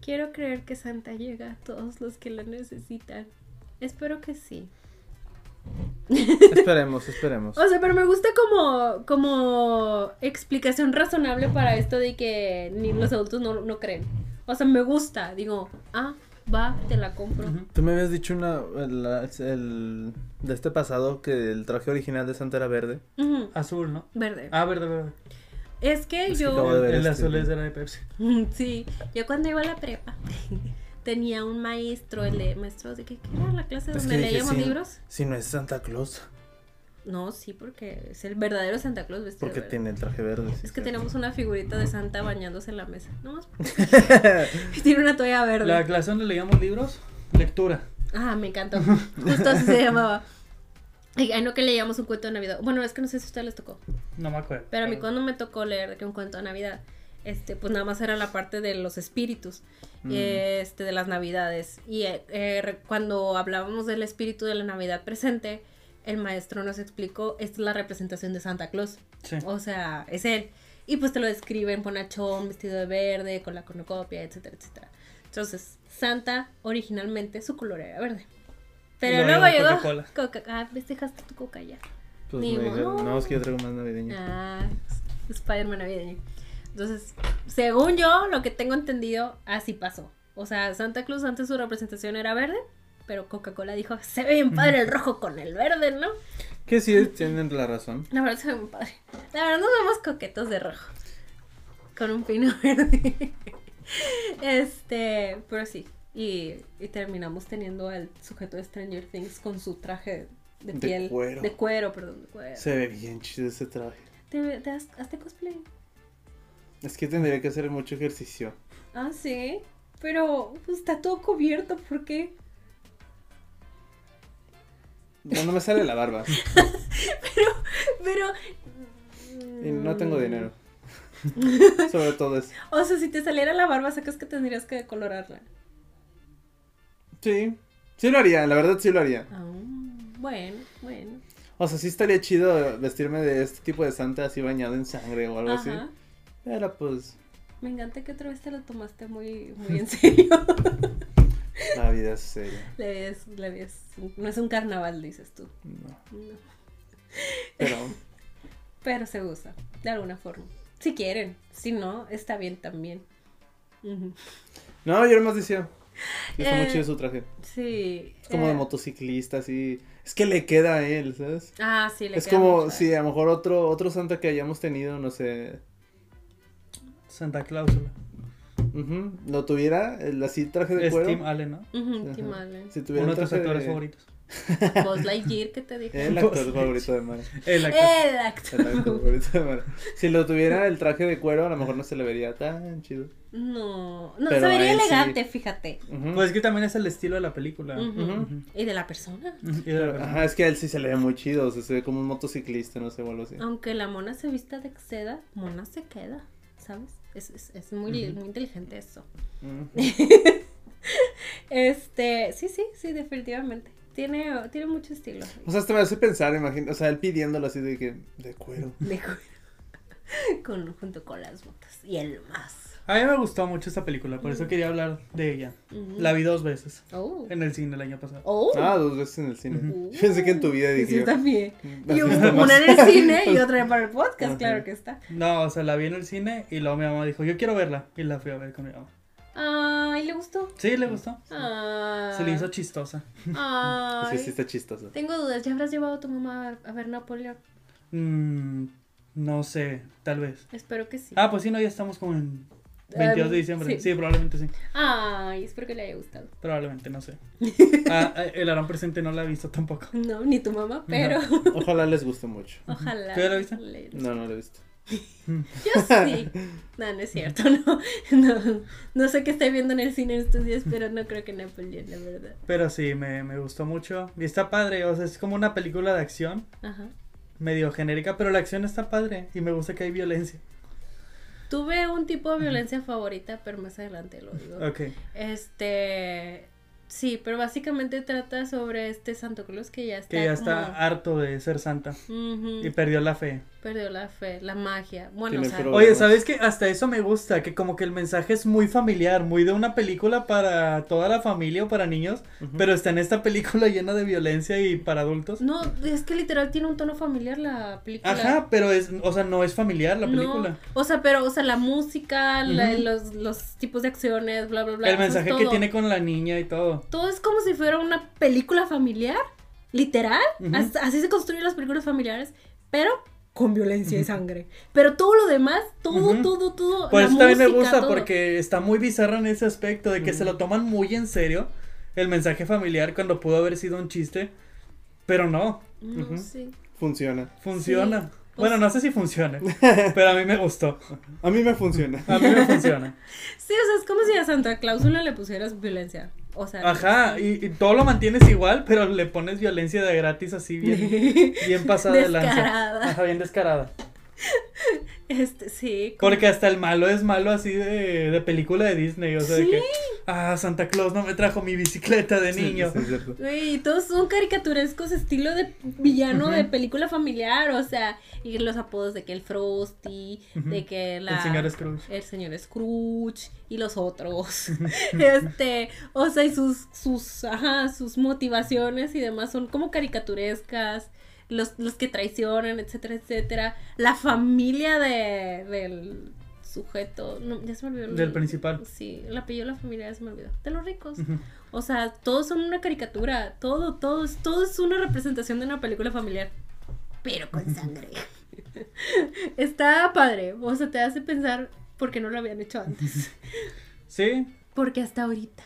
Speaker 1: Quiero creer que Santa llega a todos los que lo necesitan. Espero que sí.
Speaker 3: Esperemos, esperemos.
Speaker 1: O sea, pero me gusta como, como explicación razonable para esto de que ni los adultos no, no creen. O sea, me gusta. Digo, ah, va, te la compro.
Speaker 2: Ujú.
Speaker 3: Tú me habías dicho una, el, el- de este pasado que el traje original de Santa era verde.
Speaker 1: Ujú,
Speaker 2: Azul, ¿no?
Speaker 1: Verde.
Speaker 2: Ah, verde, verde.
Speaker 1: Es que
Speaker 3: Es que
Speaker 1: yo...
Speaker 3: acabo de ver
Speaker 2: El
Speaker 3: este
Speaker 2: azul
Speaker 3: video.
Speaker 2: es de la de Pepsi.
Speaker 1: <laughs> Sí, yo cuando iba a la prepa <laughs> tenía un maestro, el de- maestro de que ¿qué era la clase
Speaker 3: Es
Speaker 1: donde
Speaker 3: que dije,
Speaker 1: leíamos
Speaker 3: sí.
Speaker 1: libros.
Speaker 3: Si no es Santa Claus,
Speaker 1: No, sí, porque es el verdadero Santa Claus vestido. de
Speaker 3: porque
Speaker 1: verde.
Speaker 3: tiene el traje verde. sí,
Speaker 1: Es que
Speaker 3: sí.
Speaker 1: tenemos una figurita de Santa bañándose en la mesa. No
Speaker 3: <laughs>
Speaker 1: más. <laughs> Tiene una toalla verde.
Speaker 2: La clase donde leíamos libros, lectura.
Speaker 1: Ah, me encantó. Justo así se llamaba. Ay, ay, no que leíamos un cuento de Navidad. Bueno, es que no sé si a ustedes les tocó.
Speaker 2: No me acuerdo.
Speaker 1: Pero a mí cuando me tocó leer de que un cuento de Navidad, este, pues nada más era la parte de los espíritus,
Speaker 3: Mm.
Speaker 1: este, de las Navidades. Y eh, eh, re- cuando hablábamos del espíritu de la Navidad presente, el maestro nos explicó, esta es la representación de Santa Claus.
Speaker 2: Sí.
Speaker 1: O sea, es él. Y pues te lo describen, bonachón, vestido de verde, con la cornucopia, etcétera, etcétera. Entonces, Santa, originalmente, su color era verde. Pero
Speaker 2: Luego
Speaker 1: luego
Speaker 2: llegó
Speaker 1: llegó...
Speaker 2: Coca-Cola.
Speaker 1: Coca- ah, festejaste tu coca ya.
Speaker 3: Pues
Speaker 1: Ni
Speaker 3: me dijeron,
Speaker 1: modo.
Speaker 3: no, es que yo traigo más navideño.
Speaker 1: Ah, Spider-Man navideño. Entonces, según yo, lo que tengo entendido, así pasó. O sea, Santa Claus antes su representación era verde, pero Coca-Cola dijo, se ve bien padre el rojo con el verde, ¿no? <laughs>
Speaker 3: Que sí, tienen la razón.
Speaker 1: La verdad se ve muy padre. La verdad nos vemos coquetos de rojo. Con un pino <laughs> verde. Este, pero sí. Y, y terminamos teniendo al sujeto de Stranger Things con su traje de
Speaker 3: De
Speaker 1: piel.
Speaker 3: cuero.
Speaker 1: De cuero, perdón, de cuero.
Speaker 3: Se ve bien chido ese traje.
Speaker 1: ¿Te, te has- hazte cosplay?
Speaker 3: Es que tendría que hacer mucho ejercicio.
Speaker 1: Ah, sí. Pero pues, está todo cubierto, ¿por qué?
Speaker 3: No, no me sale la barba.
Speaker 1: Pero. mm,
Speaker 3: y no tengo
Speaker 1: <laughs>
Speaker 3: dinero. Sobre todo eso.
Speaker 1: O sea, si te saliera la barba, sacas que tendrías que decolorarla.
Speaker 3: Sí. Sí lo haría, la verdad sí lo haría.
Speaker 1: Ah, bueno, bueno.
Speaker 3: O sea, sí estaría chido vestirme de este tipo de santa así bañado en sangre o algo así. Pero pues,
Speaker 1: Me encanta que otra vez te lo tomaste muy, muy en serio. <laughs>
Speaker 3: la vida es seria.
Speaker 1: la vida es, la vida es- no es un carnaval, dices tú.
Speaker 3: No.
Speaker 1: No.
Speaker 3: Pero,
Speaker 1: Pero se usa, de alguna forma. Si quieren, si no, está bien también. Ujú.
Speaker 3: no, yo nomás decía. que Está
Speaker 1: Eh,
Speaker 3: muy chido su traje.
Speaker 1: Sí.
Speaker 3: Es como de
Speaker 1: eh,
Speaker 3: motociclista, así. Es que le queda a él, ¿sabes?
Speaker 1: Ah, sí, le
Speaker 3: Es
Speaker 1: queda
Speaker 3: como
Speaker 1: mucho.
Speaker 3: si a lo mejor otro, otro santa que hayamos tenido, no sé,
Speaker 2: Santa Cláusula.
Speaker 3: ujú, lo tuviera, el así traje de
Speaker 2: Es
Speaker 3: cuero.
Speaker 2: Tim Allen, ¿no?
Speaker 1: Ujú,
Speaker 3: Ajá.
Speaker 1: Tim Allen.
Speaker 3: Si tuviera
Speaker 2: Uno
Speaker 3: el
Speaker 2: de tus
Speaker 3: traje
Speaker 2: actores
Speaker 3: de-
Speaker 2: favoritos.
Speaker 1: Buzz Lightyear, que te dije.
Speaker 2: <laughs>
Speaker 3: El actor favorito de Mara.
Speaker 2: El actor.
Speaker 1: <laughs> El
Speaker 3: El
Speaker 1: actor.
Speaker 3: actor favorito de Mara. Si lo tuviera el traje de cuero, a lo mejor no se le vería tan chido.
Speaker 1: No, no,
Speaker 3: Pero
Speaker 1: se vería
Speaker 3: a él sí.
Speaker 1: elegante, fíjate.
Speaker 3: Ujú.
Speaker 2: Pues es que también es el estilo de la película.
Speaker 1: Ujú.
Speaker 3: Ujú.
Speaker 1: Y de la persona.
Speaker 2: Ujú. Y de la
Speaker 3: Pero,
Speaker 2: persona.
Speaker 3: ajá, es que a él sí se le ve muy chido, o sea, se ve como un motociclista, no sé, o algo así.
Speaker 1: Aunque la mona se vista de seda, mona se queda, ¿sabes? Es, es- es muy,
Speaker 3: Ujú.
Speaker 1: muy inteligente eso.
Speaker 3: Ujú.
Speaker 1: Este, sí, sí, sí, definitivamente. Tiene, tiene mucho estilo.
Speaker 3: O sea, hasta me hace pensar, imagino, o sea, él pidiéndolo así de que, de cuero.
Speaker 1: <laughs> De cuero. Con, junto con las botas y el más.
Speaker 2: A mí me gustó mucho esta película, por eso quería hablar de ella.
Speaker 1: Ujú.
Speaker 2: La vi dos veces
Speaker 1: Oh.
Speaker 2: en el cine el año pasado.
Speaker 1: Oh.
Speaker 3: Ah, dos veces en el cine.
Speaker 1: Uh.
Speaker 3: Ah, Yo pensé que en tu vida
Speaker 1: Sí,
Speaker 3: dije
Speaker 1: yo
Speaker 3: yo.
Speaker 1: también.
Speaker 3: así
Speaker 1: Y
Speaker 3: está
Speaker 1: una
Speaker 3: más.
Speaker 1: en el cine
Speaker 3: <laughs>
Speaker 1: y otra para el podcast,
Speaker 3: Ajá.
Speaker 1: claro que está.
Speaker 2: No, o sea, la vi en el cine y luego mi mamá dijo, yo quiero verla. Y la fui a ver con mi mamá.
Speaker 1: Ay, le gustó.
Speaker 2: Sí, le gustó.
Speaker 1: Ay.
Speaker 2: Se le hizo chistosa.
Speaker 1: Ay.
Speaker 3: Es que sí
Speaker 1: <laughs>
Speaker 3: está chistoso.
Speaker 1: Tengo dudas, ¿ya habrás llevado a tu mamá a- a ver Napoleón?
Speaker 2: Mm, no sé, tal vez.
Speaker 1: Espero que sí.
Speaker 2: Ah, pues sí, no, ya estamos como en 22 de
Speaker 1: Ah,
Speaker 2: diciembre.
Speaker 1: sí.
Speaker 2: Sí, probablemente sí.
Speaker 1: Ay, espero que le haya gustado.
Speaker 2: Probablemente,
Speaker 1: <laughs>
Speaker 2: no sé. Ah, ah, el Aarón presente no la ha visto tampoco.
Speaker 1: No, ni tu mamá, pero <laughs>
Speaker 3: Ojalá les guste mucho.
Speaker 1: ojalá.
Speaker 2: ¿Tú ya la viste?
Speaker 1: le-
Speaker 3: No, no lo he visto.
Speaker 1: Yo
Speaker 2: <laughs>
Speaker 1: sí. No, no es cierto, <laughs> no. No, no sé qué estoy viendo en el cine en estos días, pero no creo que Napoleón, la verdad.
Speaker 2: Pero sí, me, me gustó mucho. Y está padre, o sea, es como una película de acción,
Speaker 1: Ajá.
Speaker 2: medio genérica, pero la acción está padre y me gusta que hay violencia.
Speaker 1: Tuve un tipo de violencia favorita, pero más adelante lo digo.
Speaker 2: Ok.
Speaker 1: Este. Sí, pero básicamente trata sobre este Santo Claus que ya está.
Speaker 2: Que ya está
Speaker 1: como-
Speaker 2: harto de ser santa
Speaker 1: Ujú,
Speaker 2: y perdió la fe.
Speaker 1: Perdió la fe, la magia. Bueno, o
Speaker 3: Tiene el
Speaker 1: sea,
Speaker 3: pro-
Speaker 2: Oye, ¿sabes qué? Hasta eso me gusta, que como que el mensaje es muy familiar, muy de una película para toda la familia o para niños, pero está en esta película <laughs> llena de violencia y para adultos.
Speaker 1: no, es que literal tiene un tono familiar la película.
Speaker 2: Ajá, pero es, o sea, no es familiar la
Speaker 1: No,
Speaker 2: película.
Speaker 1: o sea, pero, o sea, la música, la-
Speaker 2: Ujú.
Speaker 1: los, los tipos de acciones, bla, bla, bla.
Speaker 2: El
Speaker 1: eso es
Speaker 2: mensaje que
Speaker 1: todo.
Speaker 2: tiene con la niña y todo.
Speaker 1: Todo es como si fuera una película familiar, literal.
Speaker 2: Ujú.
Speaker 1: As- así, se construyen las películas familiares, pero con violencia y sangre. Pero todo lo demás, todo,
Speaker 2: Ujú.
Speaker 1: todo, todo.
Speaker 2: Por
Speaker 1: la
Speaker 2: eso Pues también me
Speaker 1: música,
Speaker 2: gusta,
Speaker 1: todo.
Speaker 2: porque está muy bizarra en ese aspecto de que se lo toman muy en serio el mensaje familiar cuando pudo haber sido un chiste, pero no,
Speaker 1: No,
Speaker 3: Ujú.
Speaker 1: sí.
Speaker 3: Funciona.
Speaker 2: funciona.
Speaker 1: O
Speaker 2: Bueno,
Speaker 1: sea-
Speaker 2: no sé si
Speaker 3: <laughs>
Speaker 2: funciona, pero a mí me gustó.
Speaker 3: A mí me <laughs> funciona.
Speaker 2: A mí me
Speaker 1: <laughs>
Speaker 2: funciona.
Speaker 1: Sí, o sea, es como si a Santa Clausula le pusieras violencia. O sea.
Speaker 2: Ajá, y, y todo lo mantienes igual, pero le pones violencia de gratis así
Speaker 1: <laughs>
Speaker 2: bien, bien pasada de lanza. Ah.
Speaker 1: Descarada.
Speaker 2: Ajá, bien descarada.
Speaker 1: Este, sí. como-
Speaker 2: Porque hasta el malo es malo así de, de película de Disney, o sea, de que, ah, Santa Claus no me trajo mi bicicleta de niño.
Speaker 3: Sí, sí, es cierto.
Speaker 1: Güey, y todos son caricaturescos, estilo de villano de película familiar, o sea, y los apodos de que el Frosty, de que la...
Speaker 2: El señor Scrooge.
Speaker 1: el señor Scrooge y los
Speaker 2: <laughs>
Speaker 1: otros. este, o sea, y sus, sus, ajá, sus motivaciones y demás son como caricaturescas. Los, los que traicionan, etcétera, etcétera. La familia de, del sujeto. no, ya se me olvidó. el-
Speaker 2: Del principal.
Speaker 1: Sí, el apellido de la familia ya se me olvidó. De los ricos.
Speaker 2: Ujú.
Speaker 1: O sea, todos son una caricatura. Todo, todo, es- todo es una representación de una película familiar. Pero con sangre. <laughs> Está padre. O sea, te hace pensar por qué no lo habían hecho
Speaker 3: <laughs>
Speaker 1: antes.
Speaker 2: Sí,
Speaker 1: Porque hasta ahorita.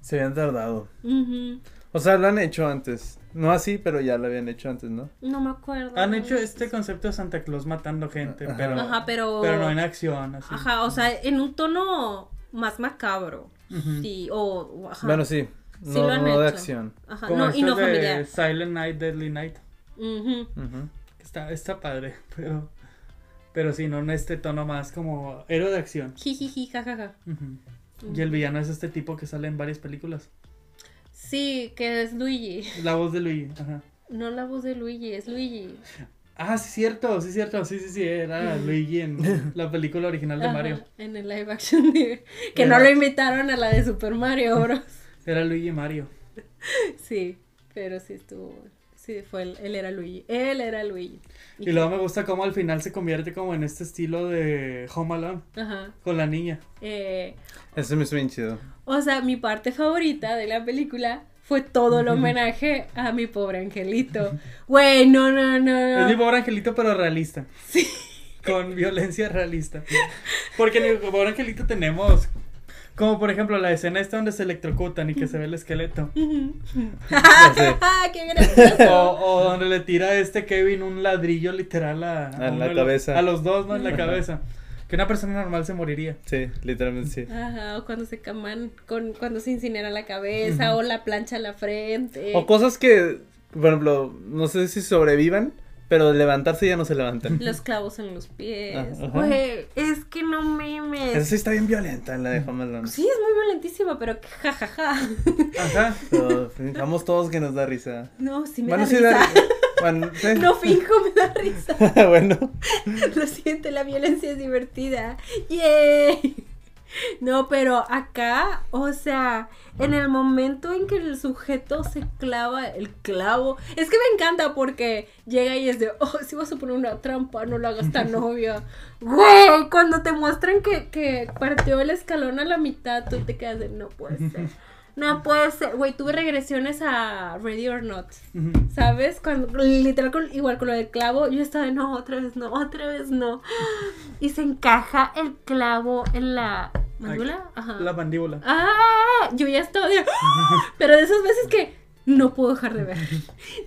Speaker 3: Se habían tardado.
Speaker 1: Ujú.
Speaker 3: O sea, lo han hecho antes. No así, pero ya lo habían hecho antes, ¿no?
Speaker 1: Ah, No me acuerdo.
Speaker 2: han hecho este concepto de Santa Claus matando gente,
Speaker 3: Ajá.
Speaker 2: pero,
Speaker 1: Ajá, pero.
Speaker 2: pero no en acción, así.
Speaker 1: Ajá, o sea, en un tono más macabro.
Speaker 2: Ujú.
Speaker 1: Sí, o. Ajá.
Speaker 3: Bueno, sí. No,
Speaker 1: Sí lo han
Speaker 3: no de
Speaker 1: hecho.
Speaker 3: acción.
Speaker 1: Ajá,
Speaker 2: Como
Speaker 1: no, y
Speaker 2: esto
Speaker 1: no
Speaker 2: de
Speaker 1: familiar.
Speaker 2: Silent Night, Deadly Night.
Speaker 1: Ujú.
Speaker 3: Ujú.
Speaker 2: que Está, está padre, <laughs> pero, pero sí, no en este tono más como héroe de acción.
Speaker 1: Jijiji, jajaja.
Speaker 2: Ujú. Y el villano es este tipo que sale en varias películas.
Speaker 1: Sí, que es Luigi.
Speaker 2: La voz de Luigi. Ajá.
Speaker 1: No la voz de Luigi, es Luigi.
Speaker 2: Ah, sí, cierto, sí, cierto. Sí, sí, sí. Era Luigi en la película original de
Speaker 1: Ajá,
Speaker 2: Mario.
Speaker 1: En el live action de- que
Speaker 2: Era-
Speaker 1: no lo invitaron a la de Super Mario Bros. <laughs>
Speaker 2: Era Luigi Mario.
Speaker 1: sí, pero sí estuvo. Sí, fue él, él era Luigi. Él era Luigi.
Speaker 2: Y luego me gusta cómo al final se convierte como en este estilo de Home Alone
Speaker 1: Ajá.
Speaker 2: con la niña.
Speaker 1: Eh,
Speaker 3: Ese me suena bien
Speaker 1: <laughs>
Speaker 3: chido.
Speaker 1: o sea, mi parte favorita de la película fue todo
Speaker 2: <laughs>
Speaker 1: el homenaje a mi pobre angelito. Güey, no, no, no,
Speaker 2: Es mi
Speaker 1: no. <laughs>
Speaker 2: pobre angelito, pero realista. Con violencia realista. Porque en mi pobre angelito tenemos. Como por ejemplo la escena esta donde se electrocutan y que se ve el esqueleto.
Speaker 1: Ajá, Ah, ¡Qué
Speaker 2: <laughs>
Speaker 1: gracioso!
Speaker 2: O, o donde le tira a este Kevin un ladrillo literal a,
Speaker 3: A la
Speaker 2: uno de los-
Speaker 3: cabeza.
Speaker 2: a los dos, ¿no? En la cabeza. Que una persona normal se moriría.
Speaker 3: Sí, literalmente sí.
Speaker 1: Ajá, o cuando se caman, con, cuando se incinera la cabeza, o la plancha a la frente.
Speaker 3: O cosas que, por ejemplo, no sé si sobrevivan, pero de levantarse ya no se levantan.
Speaker 1: Los clavos en los pies.
Speaker 3: Ah, Ajá.
Speaker 1: Güey, es que no
Speaker 3: Esa
Speaker 1: memes.
Speaker 3: sí está bien violenta, la de Home Alone.
Speaker 1: Sí, es muy violentísima, pero que jajaja. <laughs>
Speaker 2: Ajá.
Speaker 3: Pero fijamos todos que nos da risa.
Speaker 1: No, sí me
Speaker 3: bueno,
Speaker 1: da
Speaker 3: sí
Speaker 1: risa.
Speaker 3: da risa. Bueno, sí.
Speaker 1: <laughs>
Speaker 3: <laughs>
Speaker 1: No finjo, me da risa.
Speaker 3: bueno.
Speaker 1: <laughs> Lo siento, la violencia es divertida. ¡Yay! <laughs> No, pero acá, o sea, en el momento en que el sujeto se clava el clavo, es que me encanta porque llega y es de, oh, si vas a poner una trampa, no lo hagas tan novia. Güey, cuando te muestran que, que partió el escalón a la mitad, tú te quedas de, no puede ser. No puede ser. Güey, tuve regresiones a Ready or Not.
Speaker 2: Ujú.
Speaker 1: ¿Sabes? Cuando, literal, con- igual con lo del clavo, yo estaba de no, otra vez no, otra vez no. Y se encaja el clavo en la mandula. Ajá.
Speaker 2: La mandíbula.
Speaker 1: ¡Ah! Yo ya estaba de. ¡ah! Pero de esas veces que no puedo dejar de ver.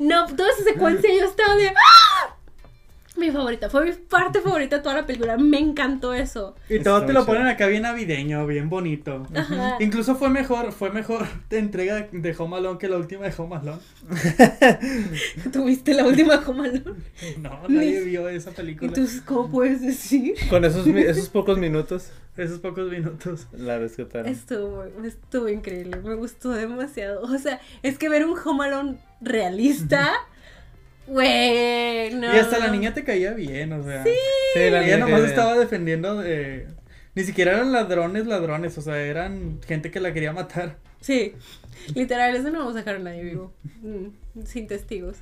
Speaker 1: No, toda esa secuencia yo estaba de. ¡ah! Mi mi favorita, fue mi parte favorita de toda la película. Me encantó eso.
Speaker 2: Y todo
Speaker 3: Está
Speaker 2: te lo
Speaker 3: chido.
Speaker 2: ponen acá bien navideño, bien bonito.
Speaker 1: Ajá.
Speaker 2: Incluso fue mejor, fue mejor <laughs> de entrega de Home Alone que la última de Home Alone.
Speaker 1: Tuviste la última Home Alone?
Speaker 2: <laughs> No,
Speaker 1: Ni-
Speaker 2: nadie vio esa
Speaker 1: ¿Y
Speaker 2: película.
Speaker 1: tú cómo puedes decir?
Speaker 3: Con esos, mi- esos pocos minutos
Speaker 2: Esos pocos minutos.
Speaker 3: la rescataron.
Speaker 1: Estuvo, estuvo increíble, me gustó demasiado. O sea, es que ver un Home Alone realista, güey, no.
Speaker 2: Y hasta la niña te caía bien, o sea.
Speaker 3: Sí, la
Speaker 2: Ella
Speaker 3: niña
Speaker 2: nomás
Speaker 3: que-
Speaker 2: estaba defendiendo de... Ni siquiera eran ladrones, ladrones, o sea, eran gente que la quería matar.
Speaker 1: Sí, literal, eso no vamos a dejar a nadie vivo, mm, sin testigos.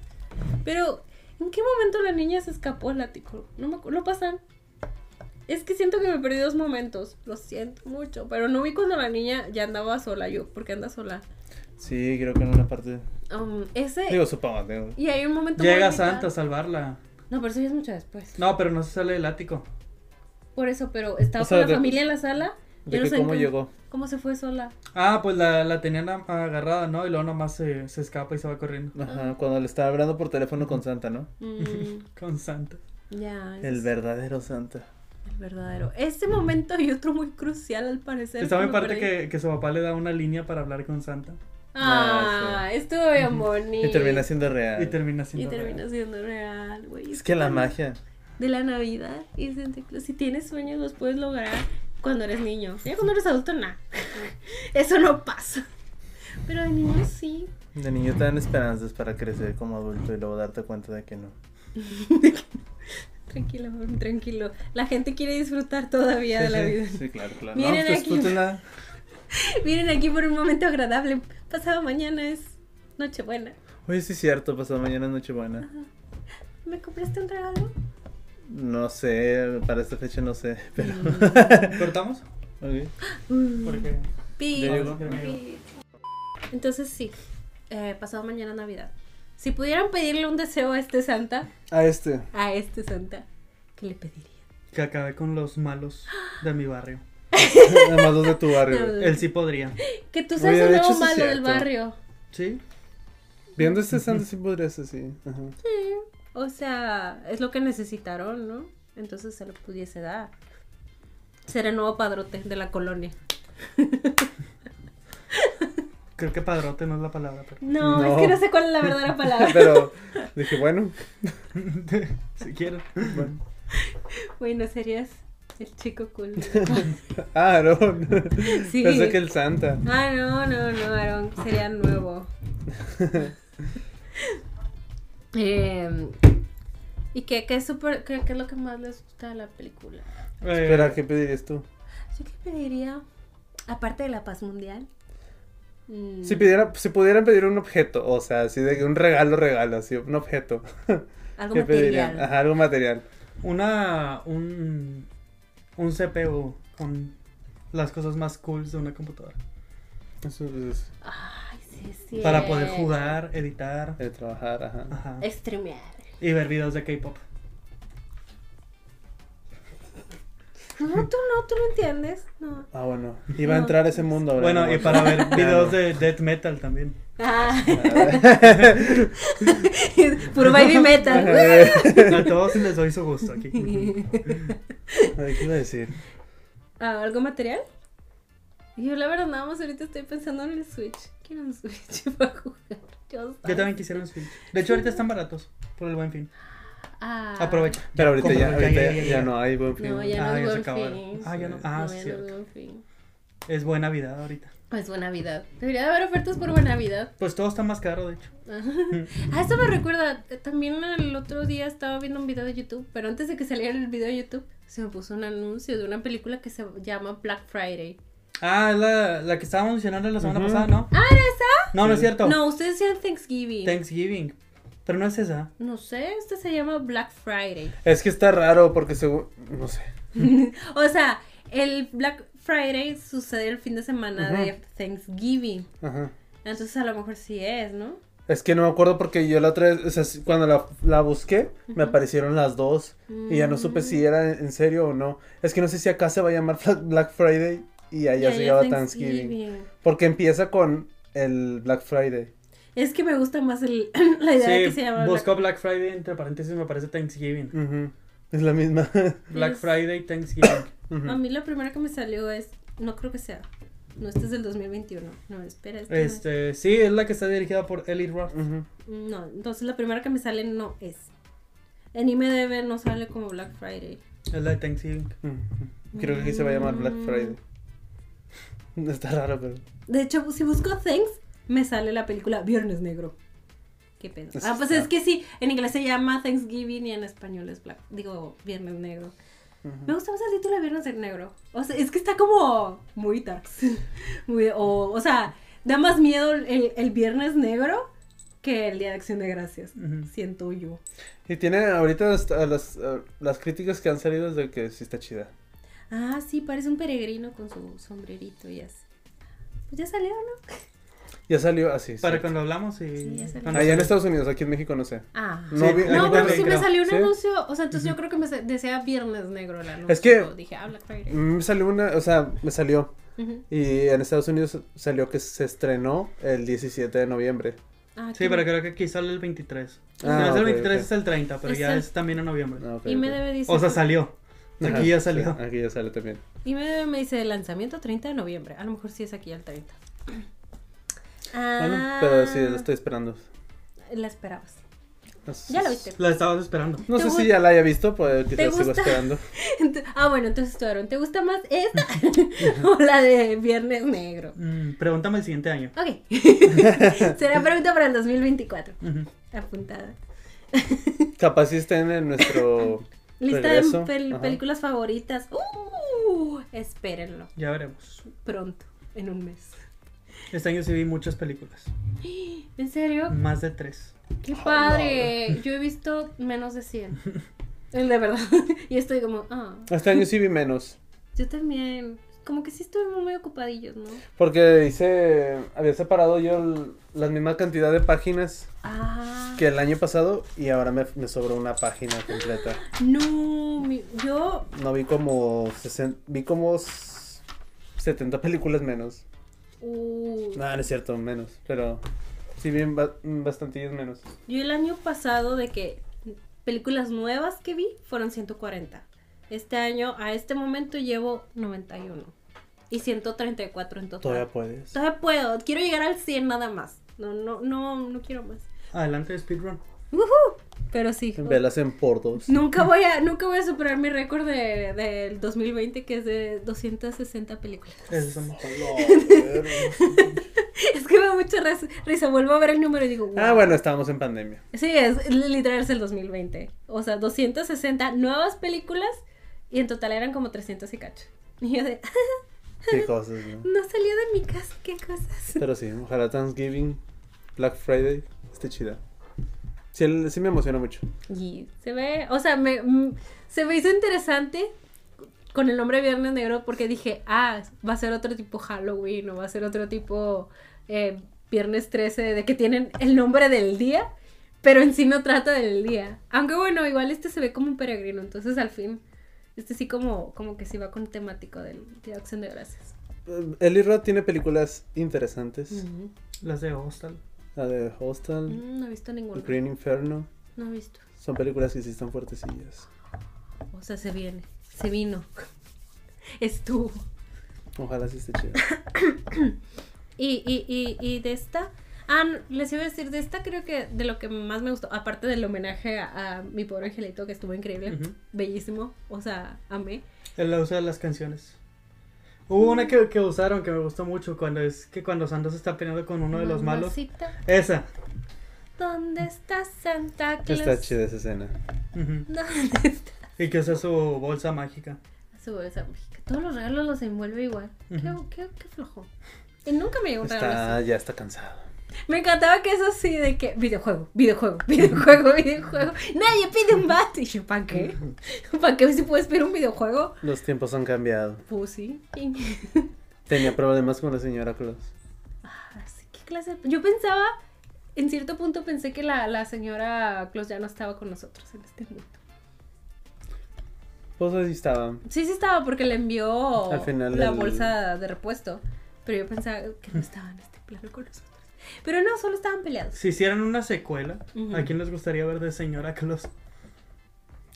Speaker 1: Pero, ¿en qué momento la niña se escapó del ático? No me acu- ¿Lo pasan? Es que siento que me perdí dos momentos, lo siento mucho, pero no vi cuando la niña ya andaba sola yo, porque anda sola.
Speaker 3: Sí, creo que en una parte.
Speaker 1: Um, ese...
Speaker 3: Digo, supongo. digo.
Speaker 1: y hay un momento... muy
Speaker 2: Llega
Speaker 1: vital-
Speaker 2: Santa a salvarla.
Speaker 1: No, pero eso ya es mucho después.
Speaker 2: No, pero no se sale del ático.
Speaker 1: Por eso, pero estaba
Speaker 3: O sea,
Speaker 1: con la
Speaker 3: de-
Speaker 1: familia en la sala.
Speaker 3: de
Speaker 1: yo
Speaker 3: que
Speaker 1: sabía
Speaker 3: cómo llegó.
Speaker 1: ¿Cómo se fue
Speaker 3: <laughs>
Speaker 1: sola?
Speaker 2: Ah, pues la, la tenían am- agarrada, ¿no? Y luego nomás se, se escapa y se va corriendo.
Speaker 3: Ajá, cuando le estaba hablando por teléfono con Santa, ¿no?
Speaker 1: Mm,
Speaker 2: Con Santa.
Speaker 1: ya, es
Speaker 3: El verdadero Santa.
Speaker 1: el verdadero. Este momento y otro muy crucial al parecer.
Speaker 2: Está
Speaker 1: que
Speaker 2: mi
Speaker 1: me
Speaker 2: parte
Speaker 1: perdí.
Speaker 2: que, que su papá le da una línea para hablar con Santa.
Speaker 1: Ah,
Speaker 3: Ah,
Speaker 1: estuvo bien bonito.
Speaker 3: Y termina siendo real.
Speaker 2: Y termina
Speaker 1: Y
Speaker 2: siendo.
Speaker 1: termina
Speaker 2: real.
Speaker 1: siendo real, güey.
Speaker 3: Es que la
Speaker 1: tan-
Speaker 3: magia.
Speaker 1: De la Navidad y Santa Claus. Si tienes sueños, los puedes lograr cuando eres niño. Ya cuando eres adulto, nada. <laughs> Eso no pasa. Pero de niño sí.
Speaker 3: De niño te dan esperanzas para crecer como adulto y luego darte cuenta de que no.
Speaker 1: Tranquilo, amor, tranquilo. La gente quiere disfrutar todavía de la vida.
Speaker 3: Sí, claro, claro.
Speaker 1: Miren
Speaker 3: pues,
Speaker 1: aquí.
Speaker 3: tú ten la-
Speaker 1: Vienen aquí por un momento agradable. Pasado mañana es Nochebuena.
Speaker 3: Oye, sí es cierto, pasado mañana es Nochebuena.
Speaker 1: ¿Me compraste un regalo?
Speaker 3: No sé, para esta fecha no sé, <laughs> pero...
Speaker 2: ¿Cortamos?
Speaker 3: Ok.
Speaker 2: Porque.
Speaker 1: Pi,
Speaker 3: Ya llegó.
Speaker 1: pi. Entonces sí, eh, pasado mañana Navidad. Si pudieran pedirle un deseo a este Santa,
Speaker 3: A <laughs> este.
Speaker 1: a este Santa, ¿qué le pediría?
Speaker 2: Que acabé con los malos de mi barrio.
Speaker 3: Además dos de tu barrio. güey.
Speaker 2: Él sí podría.
Speaker 1: Que tú
Speaker 3: Oye,
Speaker 1: seas
Speaker 3: de
Speaker 1: el nuevo
Speaker 3: hecho, sí es
Speaker 1: malo del
Speaker 3: cierto.
Speaker 1: barrio.
Speaker 2: ¿Sí?
Speaker 3: Viendo este santo sí podría ser así. Ajá.
Speaker 1: O sea, es lo que necesitaron, ¿no? Entonces se lo pudiese dar. Ser el nuevo padrote de la colonia.
Speaker 2: Creo que padrote no es la palabra, pero.
Speaker 1: No,
Speaker 3: No.
Speaker 1: es que no sé cuál es la
Speaker 3: <laughs>
Speaker 1: verdadera palabra.
Speaker 3: Pero dije, bueno,
Speaker 2: Si quiero.
Speaker 3: bueno.
Speaker 1: Bueno, serías el chico <laughs> cool.
Speaker 3: Ah, no.
Speaker 1: <laughs> Sí.
Speaker 3: Pensé que el Santa.
Speaker 1: Ah, no, no, no, Aaron, sería <laughs> nuevo. Eh, ¿Y qué, qué, es súper- qué- qué es lo que más les gusta de la película?
Speaker 2: Eh,
Speaker 3: Espera, ¿qué pedirías tú?
Speaker 1: Yo qué pediría, aparte de la paz mundial. mm,
Speaker 3: Si, pidiera, si pudieran pedir un objeto, o sea, así de que un regalo, regalo, así, un objeto.
Speaker 1: algo
Speaker 3: ¿Qué
Speaker 1: material.
Speaker 3: pedirían? Ajá, algo material.
Speaker 2: Una. Un. Un CPU con las cosas más cool de una computadora.
Speaker 3: Eso pues, es
Speaker 1: Ay, sí, sí.
Speaker 2: Para poder jugar, editar.
Speaker 3: el eh, trabajar, ajá.
Speaker 2: Ajá.
Speaker 1: Streamear.
Speaker 2: Y ver videos de K-pop.
Speaker 1: No, tú no, tú no entiendes. No.
Speaker 3: Ah, bueno. Iba a entrar a ese mundo ahora.
Speaker 2: Bueno,
Speaker 3: ¿no?
Speaker 2: y para ver
Speaker 3: <laughs> Ya
Speaker 2: videos
Speaker 3: no.
Speaker 2: de death metal
Speaker 3: <laughs>
Speaker 2: también.
Speaker 1: Ah, <laughs> puro baby metal. <laughs>
Speaker 2: A todos les doy su gusto aquí.
Speaker 3: A ver, ¿Qué iba a decir?
Speaker 1: Ah, ¿Algo material? Yo la verdad nada más ahorita estoy pensando en el Switch. Quiero un Switch <laughs> para jugar. Yo,
Speaker 2: Yo también quisiera un Switch. De hecho, ahorita están baratos. Por el buen fin.
Speaker 1: Ah.
Speaker 2: Aprovecha.
Speaker 3: Pero ahorita ya,
Speaker 2: cómpralo,
Speaker 3: ahorita ya,
Speaker 2: ya, ya,
Speaker 3: ya
Speaker 2: ya.
Speaker 3: no hay buen fin.
Speaker 1: No, ya
Speaker 2: Ah,
Speaker 1: no es
Speaker 2: ya se
Speaker 1: buen
Speaker 2: acabaron.
Speaker 1: fin.
Speaker 2: Ah, ya no- ah,
Speaker 1: ya
Speaker 2: cierto.
Speaker 1: es buen fin.
Speaker 2: Es buena Navidad ahorita.
Speaker 1: Pues buena Navidad. Debería de haber ofertas por buena Navidad. <laughs>
Speaker 2: Pues todo está más caro, de hecho.
Speaker 1: Ah, esto me recuerda. eh, También el otro día estaba viendo un video de YouTube, pero antes de que saliera el video de YouTube, se me puso un anuncio de una película que se llama Black Friday.
Speaker 2: Ah, es la, la que estábamos mencionando la semana
Speaker 3: Ujú.
Speaker 2: pasada, ¿no? Ah, ¿era esa? No, no es
Speaker 3: Sí.
Speaker 2: cierto.
Speaker 1: No, ustedes decían Thanksgiving.
Speaker 2: Thanksgiving. Pero no es esa.
Speaker 1: no sé, este se llama Black Friday.
Speaker 3: Es que está raro porque según. No sé.
Speaker 1: O sea, el Black Friday sucede el fin de semana de Thanksgiving.
Speaker 3: Ajá.
Speaker 1: Entonces a lo mejor sí es, ¿no?
Speaker 3: Es que no me acuerdo porque yo la otra vez, o sea, si- cuando la, la busqué, me aparecieron las dos y ya no supe si era
Speaker 1: Mm.
Speaker 3: en en serio o no. Es que no sé si acá se va a llamar Fla- Black Friday y allá
Speaker 1: Y
Speaker 3: se
Speaker 1: ahí
Speaker 3: llama
Speaker 1: es
Speaker 3: Thanksgiving. Porque empieza con el Black Friday.
Speaker 1: Es que me gusta más el, <clears throat> la idea de que se llama.
Speaker 2: Busco Black Friday, entre paréntesis, me parece Thanksgiving.
Speaker 4: Ujú. Es la misma. <laughs>
Speaker 2: Black
Speaker 1: Es-
Speaker 2: Friday, Thanksgiving.
Speaker 4: Ujú.
Speaker 1: A mí la primera que me salió es. No creo que sea. No, este es del 2021. No, espera. <laughs> Este no es.
Speaker 2: este, sí, es la que está dirigida por Eli Roth.
Speaker 4: Ujú.
Speaker 1: No, entonces la primera que me sale no es. En IMDB no sale como Black Friday.
Speaker 2: Es la de Thanksgiving.
Speaker 4: Ujú. Creo que aquí se va a llamar Black Friday.
Speaker 1: Mm.
Speaker 4: Está raro, pero.
Speaker 1: De hecho, si busco Thanks, me sale la película Viernes Negro. ¿Qué pedo?
Speaker 4: Eso
Speaker 1: Ah, pues
Speaker 4: está-
Speaker 1: es que sí, en inglés se llama Thanksgiving y en español es Black. Digo, Viernes Negro.
Speaker 4: Ujú.
Speaker 1: Me gusta más el título de Viernes Negro. O sea, es que está como muy darks. <laughs> Muy, o, o sea, da más miedo el, el Viernes Negro que el Día de Acción de Gracias.
Speaker 2: Ujú.
Speaker 1: Siento yo.
Speaker 4: Y tiene ahorita las, a las, a las críticas que han salido es de que sí está chida.
Speaker 1: Ah, sí, parece un peregrino con su sombrerito y así. Pues ya salió, ¿no?
Speaker 4: Ya salió así. sí.
Speaker 2: Para cuando hablamos y.
Speaker 1: Sí, ya salió.
Speaker 2: cuando
Speaker 4: Allá en
Speaker 2: salió.
Speaker 4: Estados Unidos, aquí en México no sé.
Speaker 1: Ah.
Speaker 4: No,
Speaker 2: Sí,
Speaker 4: vi-
Speaker 2: aquí
Speaker 1: No,
Speaker 4: aquí
Speaker 1: pero
Speaker 2: también
Speaker 1: si me
Speaker 2: creo.
Speaker 1: salió un
Speaker 4: ¿Sí?
Speaker 1: anuncio, o sea, entonces yo creo que me sa- decía Viernes Negro el anuncio.
Speaker 4: Es que-
Speaker 1: Dije, ah, Black Friday.
Speaker 4: Mm, Me salió una, o sea, me salió.
Speaker 1: Ujú.
Speaker 4: Y en Estados Unidos salió que se estrenó el 17 de noviembre.
Speaker 1: Ah,
Speaker 2: Sí,
Speaker 1: aquí-
Speaker 2: pero creo que aquí sale el 23.
Speaker 4: Ah,
Speaker 2: no es el
Speaker 4: ok,
Speaker 2: 23,
Speaker 4: ok.
Speaker 2: es el 30, pero
Speaker 1: Es
Speaker 2: ya
Speaker 1: el-
Speaker 2: es también en noviembre.
Speaker 4: Ah, ok,
Speaker 1: Y me
Speaker 4: ok.
Speaker 1: debe dice.
Speaker 2: O sea, salió.
Speaker 4: Ajá,
Speaker 2: Aquí ya
Speaker 4: sí,
Speaker 2: salió.
Speaker 4: aquí ya salió también.
Speaker 1: Y me, me dice lanzamiento 30 de noviembre. A lo mejor sí es aquí el 30. Ah,
Speaker 4: Bueno, pero sí, lo estoy esperando.
Speaker 1: La esperabas.
Speaker 4: No sé
Speaker 1: Ya
Speaker 4: si-
Speaker 1: la viste.
Speaker 2: La estabas esperando.
Speaker 4: No
Speaker 1: ¿Te
Speaker 4: sé
Speaker 1: gust-
Speaker 4: si ya la haya visto, pues que
Speaker 1: ¿Te
Speaker 4: la sigo
Speaker 1: gusta?
Speaker 4: esperando.
Speaker 1: <laughs> Ent- ah, bueno, entonces, Tuarón, ¿te gusta más
Speaker 4: <laughs>
Speaker 1: esta o la de Viernes Negro?
Speaker 2: Mm, pregúntame el siguiente año.
Speaker 4: <laughs>
Speaker 1: Ok. Será pregunta para el 2024.
Speaker 2: Ujú.
Speaker 1: Apuntada.
Speaker 4: Capaz sí estén en nuestro
Speaker 1: Lista de
Speaker 4: regreso.
Speaker 1: pel-
Speaker 4: Ajá.
Speaker 1: películas favoritas. ¡Uh! Espérenlo.
Speaker 2: Ya veremos.
Speaker 1: Pronto, en un mes.
Speaker 2: Este año sí vi muchas películas.
Speaker 1: ¿En serio?
Speaker 2: Más de tres.
Speaker 1: ¡Qué padre! Yo he visto menos de 100. El De verdad. <laughs> Y estoy como, ah,
Speaker 4: Este año sí vi menos.
Speaker 1: yo también. Como que sí estuvimos muy ocupadillos, ¿no?
Speaker 4: Porque hice. Había separado yo el- la misma cantidad de páginas
Speaker 1: Ah.
Speaker 4: que el año pasado y ahora me, me sobró una página completa.
Speaker 1: No, mi- yo
Speaker 4: No vi como. 60 vi como. s- 70 películas menos.
Speaker 1: Uh,
Speaker 4: Ah, No, no es cierto, menos. Pero. Sí, vi ba- bastantillas menos.
Speaker 1: Yo el año pasado de que películas nuevas que vi fueron 140. Este año, a este momento, llevo 91. Y 134 en total.
Speaker 4: Todavía puedes.
Speaker 1: Todavía puedo. Quiero llegar al 100 nada más. No, no, no, no quiero más.
Speaker 2: Adelante, speedrun.
Speaker 1: Pero sí.
Speaker 4: Velas en por dos.
Speaker 1: Nunca voy a, nunca voy a superar mi récord de- del 2020 que es de 260 películas. <laughs>
Speaker 2: Esos son-
Speaker 1: Es que me da mucha ris- risa. Vuelvo a ver el número y digo,
Speaker 4: Ah,
Speaker 1: "Wow".
Speaker 4: bueno, estábamos en pandemia.
Speaker 1: Sí, es literal es el 2020. O sea, 260 nuevas películas y en total eran como 300 y cacho. Y yo de, "Ah,
Speaker 4: Qué cosas, ¿no?
Speaker 1: no salió de mi casa, qué cosas.
Speaker 4: <laughs> Pero sí, ojalá Thanksgiving, Black Friday, esté chida. Sí, el- sí me emociona mucho.
Speaker 1: Y se ve, o sea, me, mm, se me hizo interesante con el nombre Viernes Negro porque dije, ah, va a ser otro tipo Halloween o va a ser otro tipo eh, Viernes 13, de que tienen el nombre del día, pero en sí no trata del día. Aunque bueno, igual este se ve como un peregrino, entonces al fin, este sí como, como que sí va con temático del Día de Acción de Gracias.
Speaker 4: Eh, Eli Roth tiene películas interesantes.
Speaker 2: Las de Hostel.
Speaker 4: La de Hostel,
Speaker 1: Mm, no he visto ninguno.
Speaker 4: Green Inferno.
Speaker 1: No he visto.
Speaker 4: Son películas que sí están fuertecillas.
Speaker 1: O sea, se viene, se vino, <laughs> estuvo.
Speaker 4: Ojalá sí esté
Speaker 1: <laughs>
Speaker 4: chida.
Speaker 1: Y, y, y, y de esta. Ah, no, les iba a decir, de esta creo que de lo que más me gustó, aparte del homenaje a, a mi pobre angelito que estuvo increíble,
Speaker 2: Ujú.
Speaker 1: bellísimo, o sea, amé.
Speaker 2: El uso de las canciones. Hubo una que, que usaron que me gustó mucho cuando es que cuando Santos está peleando con uno de los malos.
Speaker 1: Mamacita,
Speaker 2: Esa.
Speaker 1: ¿Dónde está Santa Claus?
Speaker 4: Está chida esa escena.
Speaker 2: Ujú.
Speaker 1: ¿Dónde está
Speaker 2: Y que usa su bolsa mágica.
Speaker 1: su bolsa mágica? Todos los regalos los envuelve igual.
Speaker 2: Ujú.
Speaker 1: qué, qué, qué flojo. Y nunca me llegó un regalo así.
Speaker 4: Está, Ah, ya está cansado.
Speaker 1: Me encantaba que eso sí, de que videojuego, videojuego, videojuego, <laughs> videojuego. Nadie pide un bat. Y yo, ¿para qué? ¿Para qué si puedes pedir un videojuego?
Speaker 4: Los tiempos han cambiado.
Speaker 1: Pues sí. <laughs>
Speaker 4: Tenía problemas con la señora Claus.
Speaker 1: Así, Ah, ¿qué clase de- Yo pensaba, en cierto punto pensé que la, la señora Claus ya no estaba con nosotros en este mundo.
Speaker 4: Pues así estaba.
Speaker 1: Sí, sí estaba porque le envió
Speaker 4: Al final
Speaker 1: la
Speaker 4: el-
Speaker 1: bolsa de repuesto. Pero yo pensaba que no estaba en este plano con nosotros. Pero no, solo estaban peleados.
Speaker 2: Si hicieran una secuela,
Speaker 1: Ujú.
Speaker 2: ¿a quién les gustaría ver de señora Claus?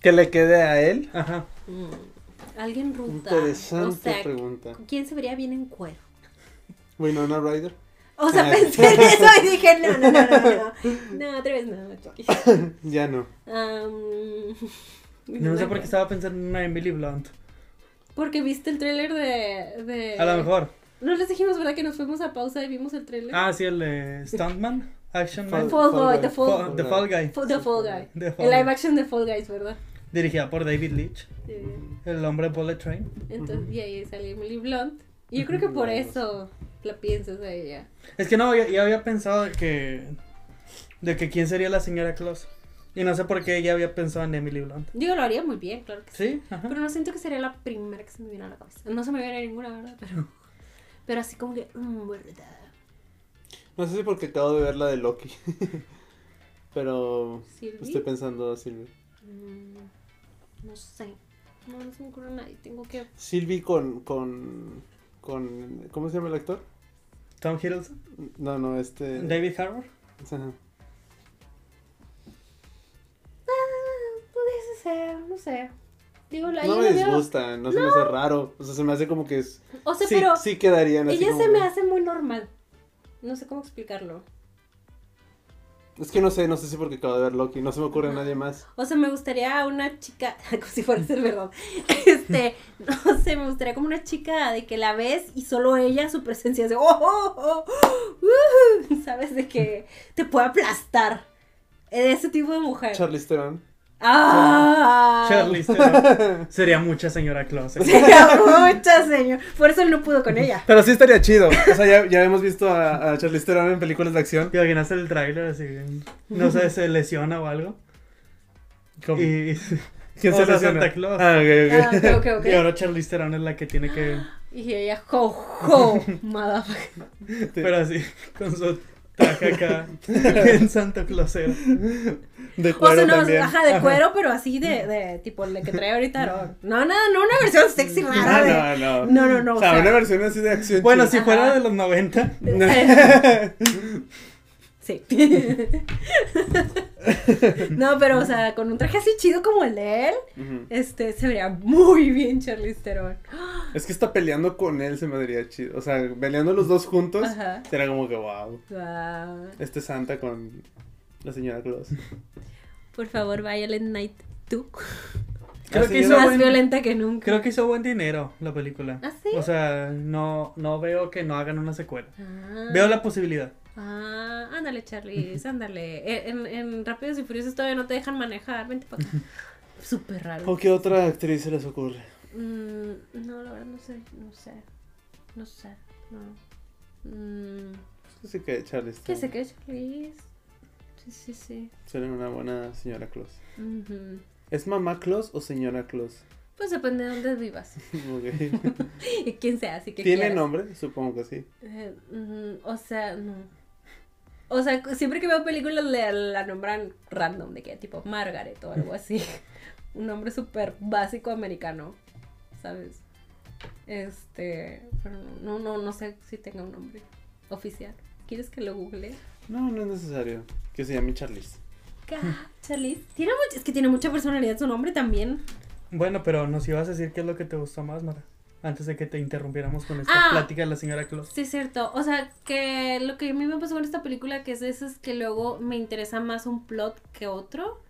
Speaker 4: Que le quede a él.
Speaker 2: Ajá.
Speaker 1: Mm. Alguien ruda.
Speaker 4: Interesante
Speaker 1: o sea,
Speaker 4: pregunta.
Speaker 1: ¿Quién se vería bien en cuero?
Speaker 4: Winona Ryder. <laughs>
Speaker 1: O sea,
Speaker 4: Ah.
Speaker 1: pensé en eso y dije, no, no, no, no, no. No, otra vez no. Chucky.
Speaker 4: Ya no.
Speaker 1: Am,
Speaker 2: No sé
Speaker 1: <laughs>
Speaker 2: por qué estaba pensando en una Emily Blunt.
Speaker 1: Porque viste el tráiler de, de...
Speaker 2: A lo mejor.
Speaker 1: No les dijimos, ¿verdad? Que nos fuimos a pausa y vimos el tráiler.
Speaker 2: Ah, sí, el de Stuntman, Action Man,
Speaker 1: Fall Boy, The Fall-
Speaker 2: Fall- The Fall Guy,
Speaker 1: Fo- The Fall Guy.
Speaker 2: The Fall
Speaker 1: el live
Speaker 2: Guy.
Speaker 1: action de Fall Guys, ¿verdad?
Speaker 2: dirigida por David Leitch,
Speaker 1: Sí.
Speaker 2: el hombre Bullet Train.
Speaker 1: Entonces, y ahí salió Emily Blunt. Y yo creo que por eso la piensas a ella.
Speaker 2: Es que no, ya, ya había pensado que de que quién sería la señora Claus. Y no sé por qué ya había pensado en Emily Blunt.
Speaker 1: Yo lo haría muy bien, claro que sí.
Speaker 2: Sí, ajá.
Speaker 1: Pero no siento que sería la primera que se me viene a la cabeza. No se me viene ninguna, ¿verdad? Pero, pero así como que, mm, ¿verdad?
Speaker 4: No sé si porque acabo de ver la de Loki. <laughs> Pero
Speaker 1: ¿Sylvie?
Speaker 4: estoy pensando, Silvi.
Speaker 1: Mm, no sé. No, no se me ocurre nadie. Tengo que...
Speaker 4: Silvi con, con, con. ¿Cómo se llama el actor?
Speaker 2: Tom Hiddleston,
Speaker 4: No, no, este.
Speaker 2: David Harbour.
Speaker 4: Ajá.
Speaker 1: Ah, pudiese ser, no sé. Digo, la
Speaker 4: No
Speaker 1: yo
Speaker 4: me
Speaker 1: la veo-
Speaker 4: disgusta, no se me hace raro. O sea, se me hace como que es.
Speaker 1: O sea,
Speaker 4: sí,
Speaker 1: pero
Speaker 4: sí quedarían así.
Speaker 1: ella
Speaker 4: como
Speaker 1: se me
Speaker 4: que-
Speaker 1: hace muy normal. No sé cómo explicarlo.
Speaker 4: Es que no sé, no sé si porque acabo de ver Loki, no se me ocurre a nadie más.
Speaker 1: O sea, me gustaría una chica, <laughs> como si fuera a ser verdad. Este, no sé, me gustaría como una chica de que la ves y solo ella, su presencia, hace, oh, oh, oh, uh", <laughs> ¿sabes? De que te puede aplastar. De ese tipo de mujer.
Speaker 4: Charlize Theron.
Speaker 1: ¡Ah! <laughs>
Speaker 2: Charlize Theron. Sería mucha señora Claus. ¿eh?
Speaker 1: Sería mucha, señor. Por eso él no pudo con ella.
Speaker 4: Pero sí estaría chido. O sea, ya, ya hemos visto a, a Charlize Theron en películas de acción.
Speaker 2: ¿Te imaginas el tráiler así? No sé, se lesiona o algo. Y,
Speaker 4: ¿Quién
Speaker 2: o sea,
Speaker 4: se lesiona?
Speaker 2: Santa Claus.
Speaker 4: Ah,
Speaker 1: Ah,
Speaker 4: <laughs> ok, ok. <laughs>
Speaker 1: ok, ok, ok.
Speaker 2: y ahora Charlize Theron es la que
Speaker 1: <gasps>
Speaker 2: tiene que...
Speaker 1: Y ella, jo, jo, motherfucker.
Speaker 2: Pero así, con su traje acá, <laughs> en Santa Clausera.
Speaker 4: De
Speaker 1: O
Speaker 4: cuero
Speaker 1: sea, no,
Speaker 4: también.
Speaker 1: ajá, de cuero, pero así de, de tipo el que trae ahorita Aarón. No, nada, no una versión sexy rara de-
Speaker 4: Ah, No, no, no.
Speaker 1: No, no, no,
Speaker 4: O
Speaker 1: o
Speaker 4: sea,
Speaker 1: sea-
Speaker 4: una versión así de acción.
Speaker 2: Bueno, si
Speaker 4: chida.
Speaker 2: fuera de los 90,
Speaker 1: <laughs> Sí. <laughs> no, pero, o sea, con un traje así chido como el de él,
Speaker 4: <laughs> Ujú.
Speaker 1: este, se vería muy bien Charlize Theron.
Speaker 4: Es que está peleando con él, se me diría chido. O sea, peleando los dos juntos,
Speaker 1: Ajá.
Speaker 4: será como que wow.
Speaker 1: Guau.
Speaker 4: Este Santa con la señora Claus.
Speaker 1: Por favor, Violet Night 2.
Speaker 2: creo
Speaker 4: Ah,
Speaker 2: que
Speaker 4: sí,
Speaker 2: hizo
Speaker 1: Más
Speaker 2: buen-
Speaker 1: violenta que nunca.
Speaker 2: Creo que hizo buen dinero la película.
Speaker 1: ¿Ah, sí?
Speaker 2: O sea, no, no veo que no hagan una secuela.
Speaker 1: Ah.
Speaker 2: Veo la posibilidad.
Speaker 1: Ah, ándale, Charlize, ándale. Eh, En, en Rápidos y Furiosos todavía no te dejan manejar. Vente para acá. Súper raro.
Speaker 4: <laughs> ¿O qué otra actriz se les ocurre?
Speaker 1: Mm, no, la verdad no sé, no sé. No sé, no. Mm,
Speaker 4: No sé qué, Charlize
Speaker 1: que se
Speaker 4: Theron.
Speaker 1: quede Charlize. Sí, sí, sí.
Speaker 4: Será una buena señora Claus.
Speaker 1: Ujú.
Speaker 4: ¿Es mamá Claus o señora Claus? <laughs>
Speaker 1: Pues depende de dónde vivas <laughs>
Speaker 4: Ok.
Speaker 1: y quién sea, así que.
Speaker 4: <laughs> ¿Tiene
Speaker 1: quieras.
Speaker 4: nombre? Supongo que sí.
Speaker 1: Eh, mm, o sea, no. O sea, cu- siempre que veo películas le- la nombran random, de que tipo Margaret o algo así. <laughs> Un nombre súper básico americano, ¿sabes? Este, pero no, no, no sé si tenga un nombre oficial. ¿Quieres que lo google?
Speaker 4: No, no es necesario. Que se llame Charlize.
Speaker 1: Ca- Charlize. Tiene much- es que tiene mucha personalidad su nombre también.
Speaker 2: Bueno, pero nos ibas a decir qué es lo que te gustó más, Mara. Antes de que te interrumpiéramos con esta
Speaker 1: Ah.
Speaker 2: plática de la señora Claus.
Speaker 1: Sí, es cierto. O sea, que lo que a mí me pasó con esta película, que es de esas que luego me interesa más un plot que otro.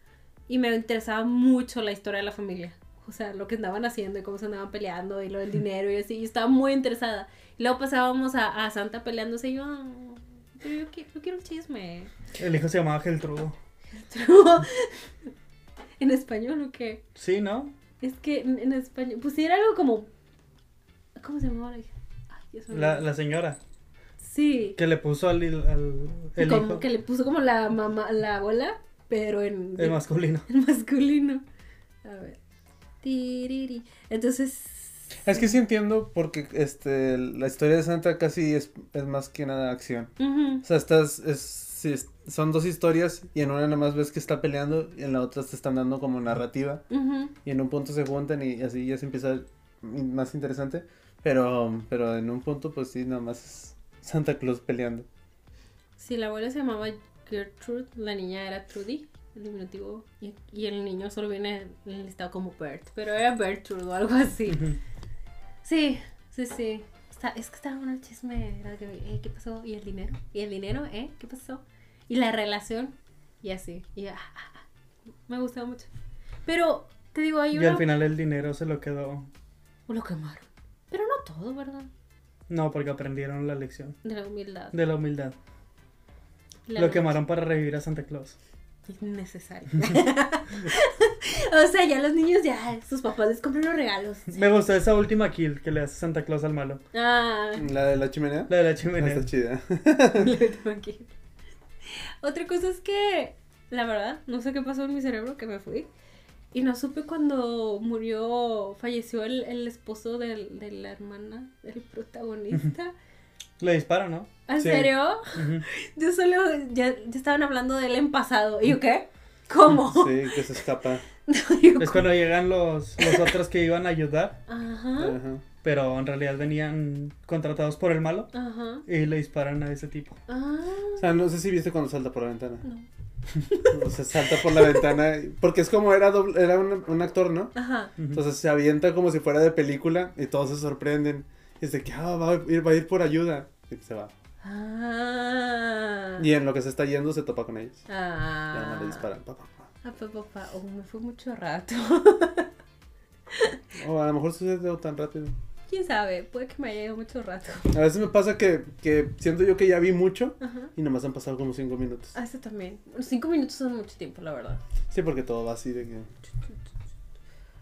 Speaker 1: Y me interesaba mucho la historia de la familia. O sea, lo que andaban haciendo y cómo se andaban peleando y lo del dinero y así. Y estaba muy interesada. Y luego pasábamos a, a Santa peleándose y yo... "Ah, pero yo, qui- yo quiero el chisme. <laughs>
Speaker 2: El hijo se llamaba Geltrudo.
Speaker 1: ¿En español o qué?
Speaker 2: Sí, ¿no?
Speaker 1: Es que en, en español... Pues sí, era algo como... ¿Cómo se llamaba la hija? Ay, Dios mío.
Speaker 2: La, la señora
Speaker 1: Sí.
Speaker 2: que le puso al, al el
Speaker 1: como
Speaker 2: hijo
Speaker 1: que le puso como la mamá, la abuela, pero en,
Speaker 2: el masculino.
Speaker 1: <laughs> en masculino. A ver. Tiriri. Entonces.
Speaker 4: Es que sí entiendo porque este la historia de Santa casi es, es más que nada acción.
Speaker 1: ujú,
Speaker 4: O sea, estas es, sí, es- son dos historias y en una nada más ves que está peleando y en la otra te están dando como narrativa
Speaker 1: ujú.
Speaker 4: y en un punto se juntan y así ya se empieza más interesante. Pero pero en un punto pues sí nada más es Santa Claus peleando.
Speaker 1: Si la abuela se llamaba Gertrude, la niña era Trudy, el diminutivo, y, y el niño solo viene listado como Bert, pero era Bertrude o algo
Speaker 2: <laughs>
Speaker 1: así. Sí, sí, sí. Está- es que estaba un chisme, era que, eh, ¿qué pasó? ¿Y el dinero? ¿Y el dinero? ¿Eh? ¿Qué pasó? Y la relación, y así. Y ah, ah, ah. me gustaba mucho. Pero, te digo, hay
Speaker 2: Y
Speaker 1: una...
Speaker 2: al final el dinero se lo quedó.
Speaker 1: Lo quemaron. Pero no todo, ¿verdad?
Speaker 2: No, porque aprendieron la lección
Speaker 1: De la humildad.
Speaker 2: de la humildad.
Speaker 1: La
Speaker 2: Lo quemaron para revivir a Santa Claus.
Speaker 1: Innecesario. <laughs> o sea, ya los niños ya, sus papás les compran los
Speaker 2: <laughs>
Speaker 1: regalos.
Speaker 2: Me gustó esa última kill que le hace Santa Claus al malo.
Speaker 1: Ah,
Speaker 4: ¿La de la chimenea?
Speaker 2: La de la
Speaker 4: Ah,
Speaker 2: chimenea.
Speaker 4: Está chida.
Speaker 1: lo tengo aquí. Otra cosa es que, la verdad, no sé qué pasó en mi cerebro que me fui. Y no supe cuando murió, falleció el, el esposo del- de la hermana del protagonista.
Speaker 2: Le dispara, ¿no?
Speaker 1: ¿En
Speaker 4: Sí.
Speaker 1: serio? <laughs>
Speaker 2: Ujú.
Speaker 1: Yo solo, ya, ya estaban hablando de él en pasado. ¿Y yo qué? ¿Cómo?
Speaker 4: <laughs>
Speaker 1: <laughs>
Speaker 4: Sí, que se escapa.
Speaker 1: Yo,
Speaker 2: Es cuando llegan los, los otros que iban a ayudar, ¿Ah?
Speaker 1: Ajá,
Speaker 4: Ajá.
Speaker 2: pero en realidad venían contratados por el malo
Speaker 4: Ah.
Speaker 1: ajá.
Speaker 2: y le disparan a ese tipo.
Speaker 1: Ah,
Speaker 4: O sea, no sé si viste cuando salta por la ventana.
Speaker 1: no.
Speaker 4: <laughs> O sea, salta por la ventana. y- Porque es como era, doble- era un, un actor, ¿no?
Speaker 1: ah, Ajá.
Speaker 2: Ujú.
Speaker 4: Entonces se avienta como si fuera de película y todos se sorprenden. Y es de que ah, va, a ir, va a ir por ayuda. Y se va.
Speaker 1: Ah.
Speaker 4: Y en lo que se está yendo se topa con ellos. Y
Speaker 1: Ah.
Speaker 4: además le disparan. Pa, pa, pa.
Speaker 1: Ah, pa, pa, pa. Oh, me fue mucho rato. <laughs>
Speaker 4: O Oh, a lo mejor sucede tan rápido.
Speaker 1: Quién sabe, puede que me haya ido mucho rato.
Speaker 4: A veces me pasa que, que siento yo que ya vi mucho
Speaker 1: Ajá.
Speaker 4: y nomás han pasado como cinco minutos.
Speaker 1: Ah, eso también. Cinco minutos son mucho tiempo, la verdad.
Speaker 4: Sí, porque todo va así de que.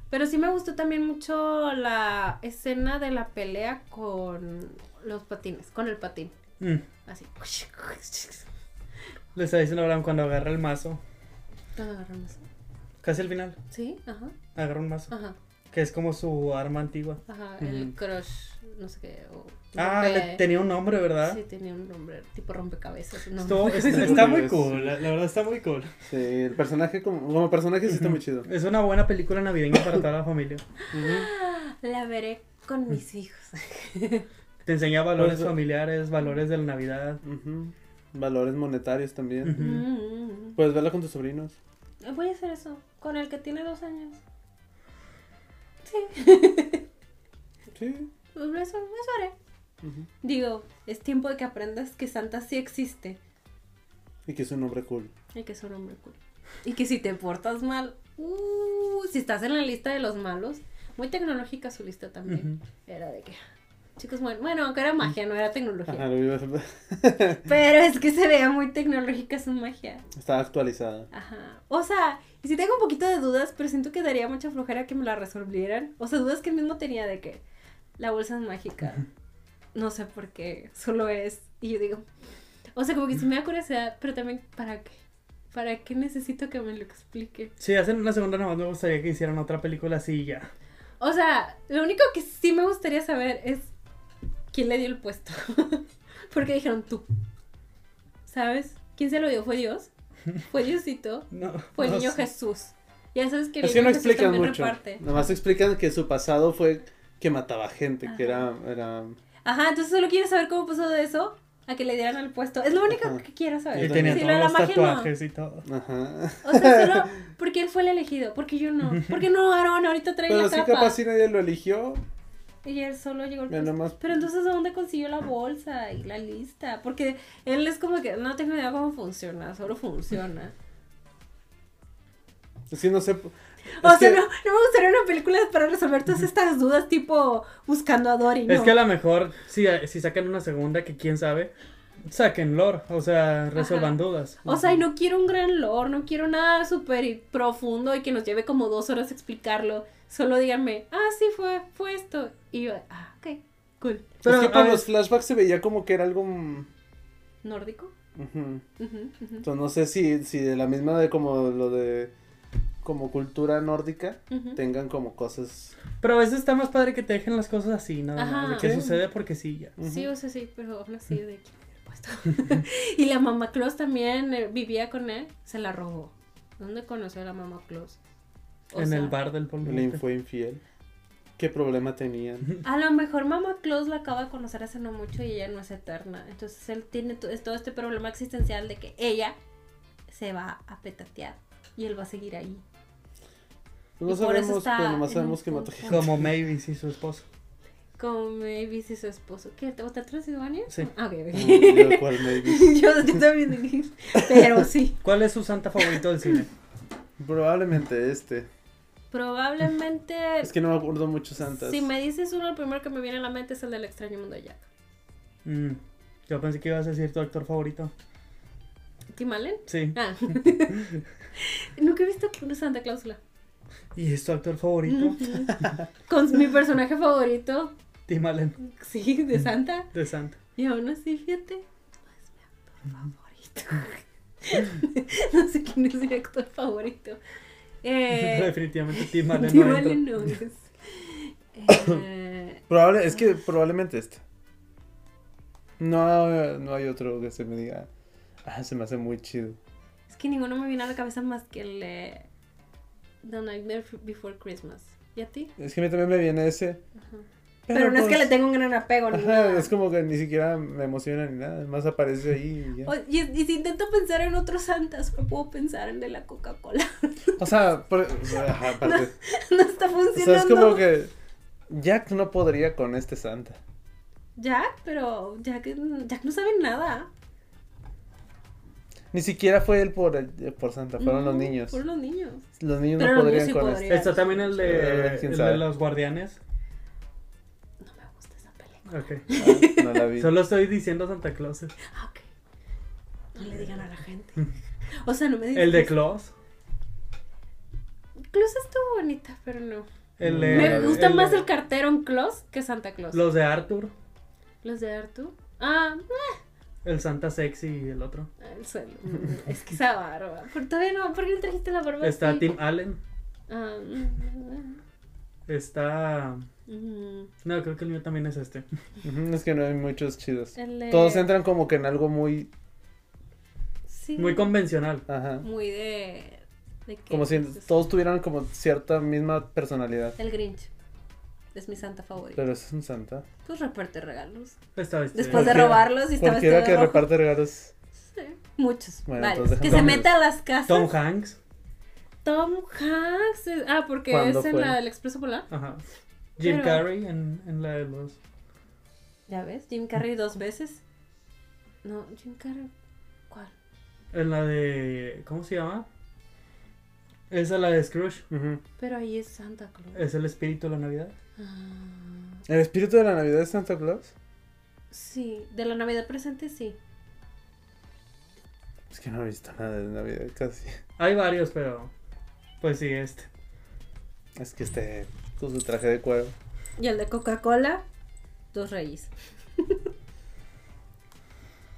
Speaker 1: Pero sí me gustó también mucho la escena de la pelea con los patines, con el patín.
Speaker 2: Mm.
Speaker 1: Así.
Speaker 2: Le está diciendo a Abraham cuando agarra el mazo,
Speaker 1: ¿Dónde agarramos?
Speaker 2: casi al final,
Speaker 1: Sí, ajá,
Speaker 2: agarra un mazo,
Speaker 1: ajá,
Speaker 2: que es como su arma antigua.
Speaker 1: ajá. El
Speaker 4: Ujú.
Speaker 1: crush, no sé qué. o
Speaker 2: Ah, le-
Speaker 1: rompe-
Speaker 2: tenía un nombre, ¿verdad?
Speaker 1: Sí, tenía un nombre, tipo rompecabezas. No, <laughs>
Speaker 2: Estuvo- es-
Speaker 4: Sí,
Speaker 2: está muy
Speaker 4: es-
Speaker 2: cool, la, la verdad está muy cool.
Speaker 4: Sí, el personaje como, como personaje sí está muy chido.
Speaker 2: Es una buena película navideña para toda la familia.
Speaker 1: La veré con mis hijos.
Speaker 2: Te enseña valores
Speaker 4: Pues,
Speaker 2: familiares, valores de la Navidad.
Speaker 4: Ujú. Valores monetarios también.
Speaker 2: Ujú.
Speaker 1: Mm.
Speaker 4: Puedes verla con tus sobrinos.
Speaker 1: Eh, Voy a hacer eso, con el que tiene dos años.
Speaker 4: Sí.
Speaker 1: Pues Eso, eso haré.
Speaker 4: Ujú.
Speaker 1: Digo, es tiempo de que aprendas que Santa sí existe
Speaker 4: Y que es un hombre cool.
Speaker 1: y que es un hombre cool. Y que si te portas mal, uh, si estás en la lista de los malos, muy tecnológica su lista también.
Speaker 2: Ujú.
Speaker 1: Era de que, chicos, bueno, bueno, aunque era magia, no era
Speaker 4: Ajá,
Speaker 1: tecnología.
Speaker 4: lo iba <laughs> a-
Speaker 1: Pero es que se veía muy tecnológica su magia.
Speaker 4: Está actualizada.
Speaker 1: Ajá. O sea, y si tengo un poquito de dudas, pero siento que daría mucha flojera que me la resolvieran. O sea, dudas que él mismo tenía de que la bolsa es mágica. No sé por qué, solo es. Y yo digo, o sea, como que sí me da curiosidad, pero también, ¿para qué? ¿Para qué necesito que me lo explique?
Speaker 2: Si hacen una segunda, nada más me gustaría que hicieran otra película así y ya.
Speaker 1: O sea, lo único que sí me gustaría saber es quién le dio el puesto. <laughs> Porque dijeron tú. ¿Sabes? ¿Quién se lo dio? ¿Fue Dios? ¿Fue Diosito?
Speaker 2: No,
Speaker 1: Fue el
Speaker 2: no
Speaker 1: Pues niño
Speaker 2: sé.
Speaker 1: Jesús. Ya sabes que el
Speaker 4: Es que
Speaker 1: niño
Speaker 4: no
Speaker 1: Jesús
Speaker 4: explican
Speaker 1: también
Speaker 4: mucho.
Speaker 1: reparte.
Speaker 4: Nada más explican que su pasado fue que mataba gente, que era,
Speaker 1: Ajá.
Speaker 4: era...
Speaker 1: Ajá, entonces solo quiero saber cómo pasó de eso a que le dieran al puesto. Es lo único
Speaker 4: Ajá.
Speaker 1: que quiero
Speaker 2: Y
Speaker 1: saber.
Speaker 4: Yo
Speaker 2: tenía
Speaker 1: Sí, lo
Speaker 2: todos
Speaker 1: de la
Speaker 2: los
Speaker 1: magia no.
Speaker 2: tatuajes y todo.
Speaker 4: Ajá.
Speaker 1: O sea,
Speaker 4: <laughs>
Speaker 1: solo porque él fue el elegido, porque yo no. Porque no, Aaron ahorita trae
Speaker 4: Pero
Speaker 1: la
Speaker 4: sí
Speaker 1: capa.
Speaker 4: capaz si nadie lo eligió.
Speaker 1: Y él solo llegó al
Speaker 4: Mira
Speaker 1: puesto.
Speaker 4: nomás.
Speaker 1: Pero entonces, ¿de dónde consiguió la bolsa y la lista? Porque él es como que no tengo idea cómo funciona, solo
Speaker 4: <laughs>
Speaker 1: funciona.
Speaker 4: Sí, no sé.
Speaker 1: O
Speaker 4: Es
Speaker 1: sea,
Speaker 4: que-
Speaker 1: no, no me gustaría una película para resolver todas estas dudas, tipo buscando a Dory. No.
Speaker 2: Es que a lo mejor, si, si sacan una segunda, que quién sabe, saquen lore, o sea, resuelvan
Speaker 1: Ajá.
Speaker 2: dudas.
Speaker 1: O sea, y no quiero un gran lore, no quiero nada súper y profundo y que nos lleve como dos horas explicarlo. Solo díganme, ah, sí, fue, fue esto. Y yo, ah, ok, cool.
Speaker 2: Pero,
Speaker 4: es que
Speaker 2: a
Speaker 4: por
Speaker 2: ver-
Speaker 4: los flashbacks se veía como que era algo... mm,
Speaker 1: ¿Nórdico?
Speaker 4: ujú.
Speaker 1: Ujú, ujú,
Speaker 4: Entonces no sé si, si de la misma de como lo de... Como cultura nórdica,
Speaker 1: ujú.
Speaker 4: tengan como cosas...
Speaker 2: Pero a veces está más padre que te dejen las cosas así, nada más,
Speaker 1: Ajá.
Speaker 2: de que
Speaker 4: Sí.
Speaker 2: sucede porque sí, ya.
Speaker 4: ujú.
Speaker 1: Sí, o sea, sí, pero aún así de quién le hubiera puesto. <laughs> y la mamá Claus también eh, vivía con él, se la robó. ¿Dónde conoció a la mamá Claus? O
Speaker 2: en
Speaker 1: sea,
Speaker 2: el bar del
Speaker 4: Le
Speaker 2: polvo.
Speaker 4: fue infiel. qué problema tenían.
Speaker 1: A lo mejor Mama Claus la acaba de conocer hace no mucho y ella no es eterna. Entonces él tiene to- es todo este problema existencial de que ella se va a petatear y él va a seguir ahí.
Speaker 4: No
Speaker 1: Y por eso
Speaker 4: sabemos,
Speaker 1: está
Speaker 4: pero nomás
Speaker 1: en
Speaker 4: sabemos
Speaker 1: un
Speaker 4: que mató
Speaker 1: punto.
Speaker 4: gente.
Speaker 2: Como Mavis y su esposo.
Speaker 1: Como Mavis y su esposo. ¿Qué? ¿Te gusta Transilvania?
Speaker 2: Sí.
Speaker 1: Ah, ok, ok.
Speaker 4: Mm, Yo, ¿cuál,
Speaker 1: <laughs>
Speaker 4: Mavis?
Speaker 1: yo, yo también dije, pero sí.
Speaker 2: ¿Cuál es su santa favorito del cine?
Speaker 4: Probablemente este.
Speaker 1: Probablemente,
Speaker 4: Es que no me acuerdo mucho Santas.
Speaker 1: si me dices uno, el primero que me viene a la mente es el del extraño mundo de Jack.
Speaker 2: Mm, yo pensé que ibas a decir tu actor favorito.
Speaker 1: ¿Tim Allen?
Speaker 2: Sí.
Speaker 4: <laughs>
Speaker 1: Ah. <laughs> Nunca he visto una Santa Clausula.
Speaker 2: ¿Y es tu
Speaker 1: <laughs>
Speaker 2: actor favorito?
Speaker 1: Con mi personaje favorito,
Speaker 2: Tim Allen,
Speaker 1: sí,
Speaker 4: Mm.
Speaker 1: de Santa.
Speaker 2: de Santa.
Speaker 1: Y aún así, fíjate, no es mi actor favorito. <laughs> no sé quién es mi actor favorito.
Speaker 2: Pero
Speaker 1: Eh,
Speaker 2: <laughs> definitivamente
Speaker 1: <laughs>
Speaker 2: Tim Allen.
Speaker 1: Tim
Speaker 2: no entra.
Speaker 1: Allen no
Speaker 4: <coughs>
Speaker 1: es. Eh,
Speaker 4: Probable, es que probablemente este. No, eh, no hay otro que se me diga. Ah, se me hace muy chido.
Speaker 1: es que ninguno me viene a la cabeza más que el de The Nightmare Before Christmas. ¿Y a ti?
Speaker 4: Es que a mí también me viene ese.
Speaker 1: Ajá. Pero, no es que le
Speaker 4: pues,
Speaker 1: tengo un gran apego. ni
Speaker 4: Ajá,
Speaker 1: nada.
Speaker 4: es como que ni siquiera me emociona ni nada. Más aparece ahí y ya.
Speaker 1: O- y, y si intento pensar en otros santas, no puedo pensar en de la Coca-Cola. <laughs>
Speaker 4: O sea, por- ajá, aparte.
Speaker 1: no está
Speaker 4: o sea, es
Speaker 1: funcionando.
Speaker 4: como que Jack no podría con este Santa.
Speaker 1: Jack, pero Jack, Jack no sabe nada.
Speaker 4: Ni siquiera fue él por, el- por Santa, fueron los
Speaker 1: No,
Speaker 4: niños.
Speaker 1: Fueron los niños.
Speaker 4: Los niños
Speaker 1: Pero
Speaker 4: no
Speaker 1: los niños
Speaker 4: podrían
Speaker 1: sí
Speaker 4: con
Speaker 1: podrían.
Speaker 4: este.
Speaker 2: Está también el de,
Speaker 4: Eh, quién
Speaker 2: el
Speaker 4: sabe.
Speaker 2: de los guardianes.
Speaker 1: No me gusta esa película.
Speaker 2: Ok.
Speaker 4: Ah, no la
Speaker 2: <laughs>
Speaker 4: vi.
Speaker 2: Solo estoy diciendo Santa Claus.
Speaker 1: Ah, ok. No le digan a la
Speaker 2: <laughs>
Speaker 1: gente. O sea, no me digan.
Speaker 2: El de Claus.
Speaker 1: Claus estuvo bonita, pero no.
Speaker 2: El de,
Speaker 1: me gusta
Speaker 2: el
Speaker 1: más
Speaker 2: de-
Speaker 1: el cartero en Claus que Santa Claus.
Speaker 2: Los de Arthur.
Speaker 1: Los de Artu. Ah,
Speaker 2: El Santa Sexy y el otro.
Speaker 1: el suelo. Es que esa barba. Pero todavía no, ¿por qué no trajiste la barba?
Speaker 2: Está
Speaker 1: así?
Speaker 2: Tim Allen.
Speaker 1: Ah, mm,
Speaker 2: Está.
Speaker 1: mm,
Speaker 2: No, creo que el mío también es este.
Speaker 4: Ujú, es que no hay muchos chidos.
Speaker 1: el de-
Speaker 4: Todos entran como que en algo muy.
Speaker 1: Sí.
Speaker 2: Muy convencional.
Speaker 4: Ajá.
Speaker 1: Muy de. de que-
Speaker 4: Como si todos tuvieran como cierta misma personalidad.
Speaker 1: El Grinch. Es mi santa favorita.
Speaker 4: Pero es un santa.
Speaker 1: Pues reparte regalos.
Speaker 2: Esta vez.
Speaker 1: Después de
Speaker 4: Cualquiera-
Speaker 1: robarlos y estaba
Speaker 4: Cualquiera
Speaker 1: vestido
Speaker 4: que
Speaker 1: de rojo.
Speaker 4: reparte regalos.
Speaker 1: Sí, Muchos.
Speaker 4: Bueno,
Speaker 1: varios.
Speaker 4: entonces
Speaker 1: que se
Speaker 4: Tom
Speaker 1: meta a las casas.
Speaker 2: Tom
Speaker 1: Tom,
Speaker 2: Hanks.
Speaker 1: Hanks. es- Ah, porque
Speaker 4: ¿Cuándo
Speaker 1: es en
Speaker 4: fue?
Speaker 1: la del Expreso Polar.
Speaker 2: Ajá. Jim
Speaker 1: Pero-
Speaker 2: Carrey en, en la de los.
Speaker 1: Ya ves, Jim Carrey dos veces. No, Jim Carrey. ¿Cuál?
Speaker 2: En la de. ¿Cómo se llama? Esa es la de Scrooge.
Speaker 4: Ujú.
Speaker 1: Pero ahí es Santa Claus.
Speaker 2: Es el espíritu de la Navidad.
Speaker 1: Ah,
Speaker 4: ¿El espíritu de la Navidad es Santa Claus?
Speaker 1: sí, de la Navidad presente sí.
Speaker 4: Es que no he visto nada de Navidad casi.
Speaker 2: Hay varios, pero. Pues sí, este.
Speaker 4: Es que este. Con su traje de cuero.
Speaker 1: Y el de Coca-Cola, dos reyes.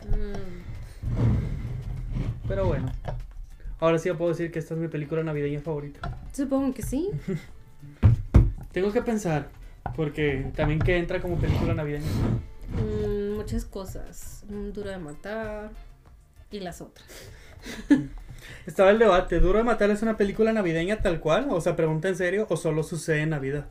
Speaker 1: Mm,
Speaker 2: Pero bueno. Ahora sí ya puedo decir que esta es mi película navideña favorita.
Speaker 1: supongo que sí.
Speaker 2: Tengo que pensar. Porque también que entra como película navideña.
Speaker 1: Mm, muchas cosas. Mm, Duro de matar. Y las otras.
Speaker 2: Estaba el debate, ¿Duro de Matar es una película navideña tal cual? O sea, pregunta en serio, ¿o solo sucede en Navidad?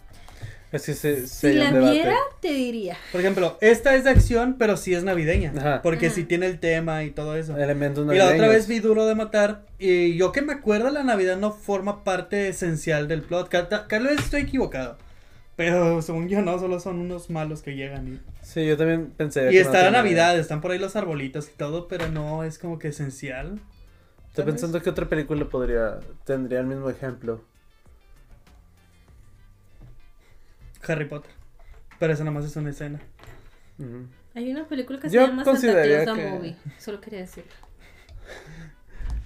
Speaker 4: Es que se.
Speaker 1: Si la viera, te diría.
Speaker 2: Por ejemplo, esta es de acción, pero sí es navideña.
Speaker 4: Ajá.
Speaker 2: Porque
Speaker 1: Ajá.
Speaker 2: sí tiene el tema y todo eso.
Speaker 4: Elementos
Speaker 2: Y la
Speaker 4: navideños.
Speaker 2: otra vez vi Duro de Matar, y yo que me acuerdo, la Navidad no forma parte esencial del plot. Ca- ta- Tal vez estoy equivocado. Pero según yo no, solo son unos malos que llegan y...
Speaker 4: Sí, yo también pensé.
Speaker 2: Y
Speaker 4: que no
Speaker 2: está la
Speaker 4: tenía-
Speaker 2: Navidad, están por ahí los arbolitos y todo, pero no es como que esencial. Tal
Speaker 4: Estoy
Speaker 2: vez.
Speaker 4: pensando que otra película podría. Tendría el mismo ejemplo.
Speaker 2: Harry Potter. Pero eso nomás es una escena.
Speaker 4: Ujú.
Speaker 1: Hay una película que
Speaker 4: Yo
Speaker 1: se llama Santa
Speaker 4: consideraría
Speaker 1: Claus The
Speaker 4: que-
Speaker 1: Movie. Solo quería decir.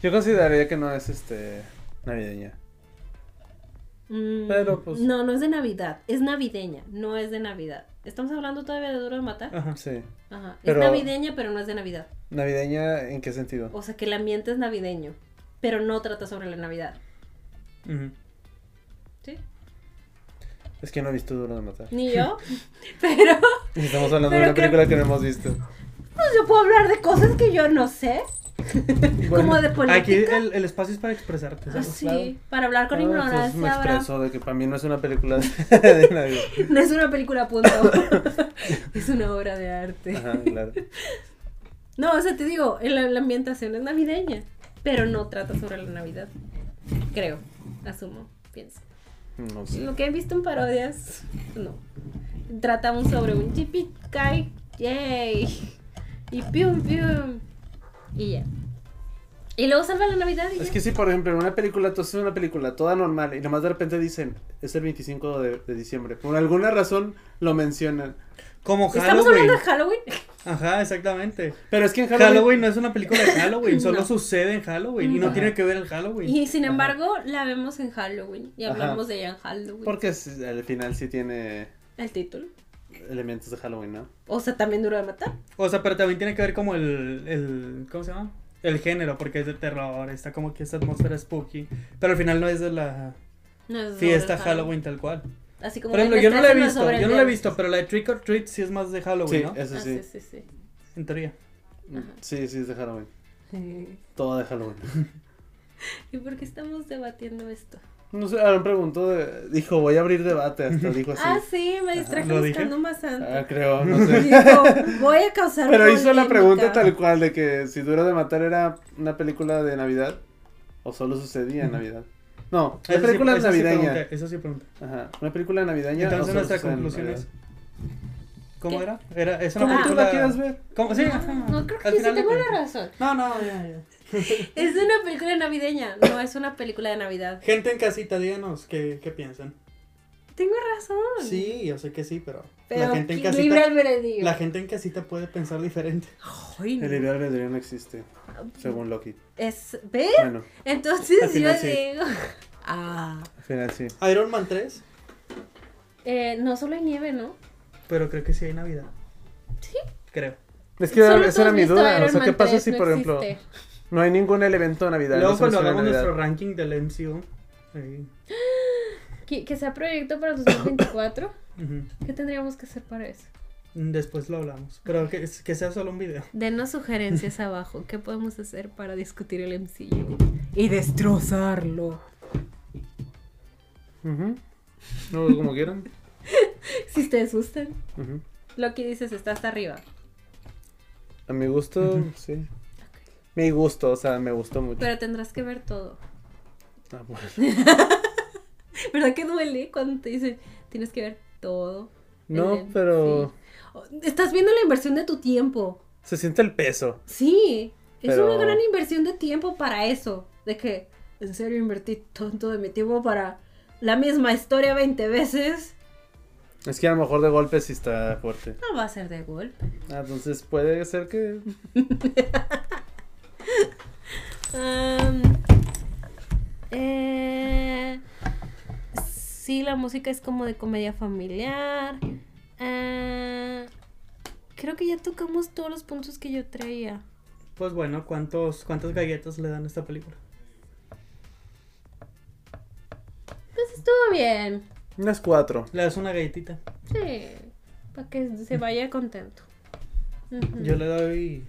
Speaker 4: Yo consideraría que no es este. Navideña.
Speaker 1: Mm,
Speaker 4: Pero, pues-
Speaker 1: No, no es de Navidad. Es navideña. No es de Navidad. Estamos hablando todavía de Duro de Matar.
Speaker 2: Ajá.
Speaker 4: Sí.
Speaker 1: Ajá.
Speaker 4: Pero-
Speaker 1: Es navideña, pero no es de Navidad.
Speaker 4: ¿Navideña en qué sentido?
Speaker 1: O sea que el ambiente es navideño. Pero no trata sobre la Navidad.
Speaker 2: Ujú.
Speaker 1: ¿Sí?
Speaker 4: Es que no he visto Duro de Matar.
Speaker 1: Ni yo. pero.
Speaker 4: Estamos hablando
Speaker 1: Pero
Speaker 4: de una
Speaker 1: creo-
Speaker 4: película que no hemos visto.
Speaker 1: Pues yo puedo hablar de cosas que yo no sé. Como de política.
Speaker 2: Aquí el, el espacio es para expresarte.
Speaker 1: Ah,
Speaker 2: ¿sabes?
Speaker 1: sí,
Speaker 3: claro.
Speaker 1: para hablar con
Speaker 3: Ah,
Speaker 1: ignorancia.
Speaker 3: pues me
Speaker 1: Abraham.
Speaker 3: expreso de que para mí no es una película <laughs> de nadie.
Speaker 1: <laughs> No es una película, punto. es una obra de arte.
Speaker 3: Ajá, claro.
Speaker 1: No, o sea, te digo, el- la, ambientación es navideña, pero no trata sobre la Navidad. Creo, asumo, pienso.
Speaker 3: No sé.
Speaker 1: Lo que he visto en parodias, no. Trata un sobre un yippee yay, y pium pium, y ya. Y luego salva la Navidad y
Speaker 3: Es
Speaker 1: ya.
Speaker 3: que si, por ejemplo, en una película, tú haces una película toda normal y nomás de repente dicen, es el 25 de, de diciembre. Por alguna razón lo mencionan.
Speaker 2: Como
Speaker 1: ¿Estamos
Speaker 2: Halloween.
Speaker 1: hablando de Halloween?
Speaker 2: Ajá, exactamente.
Speaker 3: Pero es que en Halloween...
Speaker 2: Halloween. no es una película de Halloween, solo
Speaker 1: No.
Speaker 2: sucede en Halloween y no
Speaker 1: Ajá.
Speaker 2: tiene que ver el Halloween.
Speaker 1: Y sin embargo, la vemos en Halloween y
Speaker 3: Ajá.
Speaker 1: hablamos de ella en Halloween.
Speaker 3: Porque es- al final sí tiene
Speaker 1: El título.
Speaker 3: elementos de Halloween, ¿no?
Speaker 1: O sea, también duro de matar.
Speaker 2: O sea, pero también tiene que ver como el, el ¿cómo se llama? El género, porque es de terror, está como que esta atmósfera spooky, pero al final no es de la
Speaker 1: No es sobre
Speaker 2: fiesta
Speaker 1: el
Speaker 2: Halloween tal cual.
Speaker 1: Así como
Speaker 2: Por ejemplo,
Speaker 1: el
Speaker 2: yo no la he
Speaker 1: estrés es
Speaker 2: visto,
Speaker 1: sobre el
Speaker 2: yo no la he
Speaker 1: dedo.
Speaker 2: visto, pero la de Trick or Treat sí es más de
Speaker 3: Sí,
Speaker 2: Halloween, ¿no?
Speaker 3: eso
Speaker 1: Ah,
Speaker 3: sí. Mm,
Speaker 1: sí, sí, sí.
Speaker 2: En teoría.
Speaker 1: Ajá.
Speaker 3: Sí, sí, es de Halloween.
Speaker 1: Sí.
Speaker 3: Todo de Halloween.
Speaker 1: ¿Y por qué estamos debatiendo esto?
Speaker 3: No sé, Aaron preguntó, de- dijo, voy a abrir debate, hasta dijo así.
Speaker 1: Ah, sí, me distraje
Speaker 2: ¿Lo dije?
Speaker 1: buscando más antes.
Speaker 3: Ah,
Speaker 1: <laughs>
Speaker 3: creo, no sé.
Speaker 1: Dijo, voy a causar
Speaker 3: Pero hizo
Speaker 1: polémica.
Speaker 3: la
Speaker 1: Ah,
Speaker 3: pregunta tal cual de que si Duro de Matar era una película de Navidad o solo sucedía en Navidad. No, una
Speaker 2: Eso sí-
Speaker 3: película
Speaker 2: eso sí
Speaker 3: navideña.
Speaker 2: pregunté, eso sí pregunté.
Speaker 3: Ajá, una película navideña. o
Speaker 2: Entonces
Speaker 3: solo
Speaker 2: nuestra
Speaker 3: sucede en
Speaker 2: conclusión
Speaker 3: Navidad.
Speaker 2: es ¿Cómo
Speaker 1: ¿Qué? Ah,
Speaker 2: era? Era es una
Speaker 1: ¿Cómo
Speaker 3: ¿Tú la quieres
Speaker 2: película
Speaker 3: ver?
Speaker 2: ¿Cómo? Sí, ajá.
Speaker 1: No, no, creo que
Speaker 2: Al
Speaker 1: sí
Speaker 2: final de
Speaker 1: tengo
Speaker 2: cuentas.
Speaker 1: la razón.
Speaker 2: No, no, ya, ya.
Speaker 1: Es una película navideña, no es una película de Navidad.
Speaker 2: Gente en casita, díganos qué, qué piensan.
Speaker 1: Tengo razón.
Speaker 2: Sí, yo sé que sí, pero,
Speaker 1: Pero
Speaker 2: la gente en
Speaker 1: qui- libre
Speaker 2: casita
Speaker 1: albedrío.
Speaker 2: la gente en casita puede pensar diferente. <laughs>
Speaker 1: Ay, no.
Speaker 3: El libre albedrío no existe, según Loki.
Speaker 1: Es, ¿Ves?
Speaker 3: Bueno, Al
Speaker 1: Entonces yo
Speaker 3: final sí.
Speaker 1: digo... <laughs> Ah.
Speaker 3: al final sí.
Speaker 2: Iron Man 3,
Speaker 1: Eh, no solo hay nieve, ¿no?
Speaker 2: pero creo que sí hay Navidad.
Speaker 1: Sí.
Speaker 2: Creo.
Speaker 3: Es que
Speaker 1: Solo tú
Speaker 3: esa era
Speaker 1: has
Speaker 3: mi
Speaker 1: visto
Speaker 3: duda. O
Speaker 1: Iron
Speaker 3: sea, ¿qué
Speaker 1: Man
Speaker 3: pasa
Speaker 1: 3,
Speaker 3: si,
Speaker 1: no
Speaker 3: por ejemplo,
Speaker 1: existe.
Speaker 3: no hay ningún elemento de Navidad?
Speaker 2: Luego
Speaker 3: no se
Speaker 2: cuando
Speaker 3: menciona
Speaker 2: hagamos
Speaker 3: Navidad?
Speaker 2: nuestro ranking del MCU. ahí,
Speaker 1: Que, que sea proyecto para 2024.
Speaker 2: ujú,
Speaker 1: ¿Qué tendríamos que hacer para eso?
Speaker 2: Después lo hablamos. Pero que, que sea solo un video.
Speaker 1: Denos <laughs> sugerencias abajo. ¿Qué podemos hacer para discutir el MCU? Y destrozarlo.
Speaker 3: Ujú. No, como quieran.
Speaker 1: Si ustedes gustan.
Speaker 3: Ujú.
Speaker 1: Lo que dices está hasta arriba.
Speaker 3: A mi gusto, sí. Mi gusto, o sea, me gustó mucho.
Speaker 1: Pero tendrás que ver todo. <laughs>
Speaker 3: Ah, bueno.
Speaker 1: ¿Verdad que duele cuando te dicen tienes que ver todo?
Speaker 3: No,
Speaker 1: El-
Speaker 3: pero
Speaker 1: sí. Oh, Estás viendo la inversión de tu tiempo.
Speaker 3: se siente el peso.
Speaker 1: Sí. Es
Speaker 3: Pero-
Speaker 1: una gran inversión de tiempo para eso. De que, en serio, invertí tanto de mi tiempo para la misma historia 20 veces.
Speaker 3: Es que a lo mejor de golpe sí está fuerte.
Speaker 1: No va a ser de golpe.
Speaker 3: Ah, entonces puede ser que...
Speaker 1: Am, eh, sí, la música es como de comedia familiar. Ah, creo que ya tocamos todos los puntos que yo traía.
Speaker 2: Pues bueno, ¿cuántos, ¿cuántas galletas le dan a esta película?
Speaker 1: Pues estuvo bien.
Speaker 3: Unas cuatro.
Speaker 2: Le das una galletita.
Speaker 1: Sí. Para que se vaya contento. Ujú,
Speaker 2: Yo le doy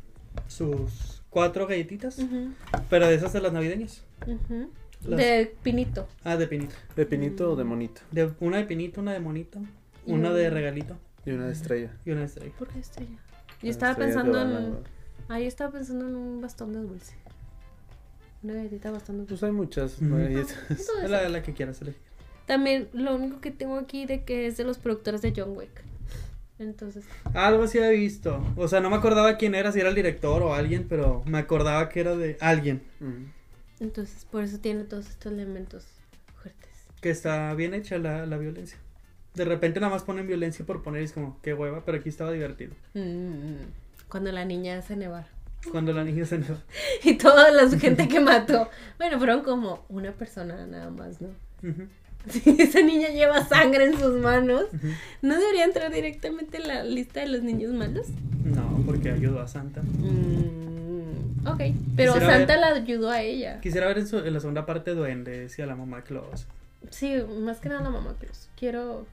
Speaker 2: sus cuatro galletitas.
Speaker 1: ujú,
Speaker 2: Pero de esas de las navideñas.
Speaker 1: ujú.
Speaker 2: Las-
Speaker 1: De pinito.
Speaker 2: Ah, de pinito.
Speaker 3: ¿De pinito o de monito?
Speaker 2: De, una de pinito, una de monito, una de regalito
Speaker 3: Y una de estrella.
Speaker 2: y una de estrella.
Speaker 1: ¿Por qué estrella? Yo
Speaker 3: Una
Speaker 1: estaba
Speaker 3: estrella
Speaker 1: pensando
Speaker 3: te van a
Speaker 1: en.
Speaker 3: dar.
Speaker 1: Ah, yo estaba pensando en un bastón de dulce. Una galletita bastón de dulce. Ah,
Speaker 3: Pues hay muchas
Speaker 2: Ujú.
Speaker 3: galletas.
Speaker 1: Entonces,
Speaker 2: <laughs> La, la que quieras elegir.
Speaker 1: También lo único que tengo aquí de que es de los productores de John Wick. Entonces,
Speaker 2: Algo así he visto. O sea, no me acordaba quién era, si era el director o alguien, pero me acordaba que era de alguien.
Speaker 3: Ujú.
Speaker 1: entonces por eso tiene todos estos elementos fuertes.
Speaker 2: Que está bien hecha la, la violencia. De repente nada más ponen violencia por poner y es como, qué hueva, pero aquí estaba divertido. Mm.
Speaker 1: Cuando la niña hace nevar.
Speaker 2: Cuando la niña se negó.
Speaker 1: <laughs> Y toda la gente que mató. Bueno, fueron como una persona nada más, ¿no? <laughs>
Speaker 2: Ujú,
Speaker 1: Sí, esa niña lleva sangre en sus manos.
Speaker 2: ujú.
Speaker 1: ¿No debería entrar directamente en la lista de los niños malos?
Speaker 2: No, porque ayudó a Santa.
Speaker 1: Mm, ok, pero
Speaker 2: Quisiera
Speaker 1: Santa
Speaker 2: ver-
Speaker 1: la ayudó a ella.
Speaker 2: Quisiera ver en, su- en la segunda parte Duendes y a la mamá Claus.
Speaker 1: Sí, más que nada la mamá Cruz. Quiero...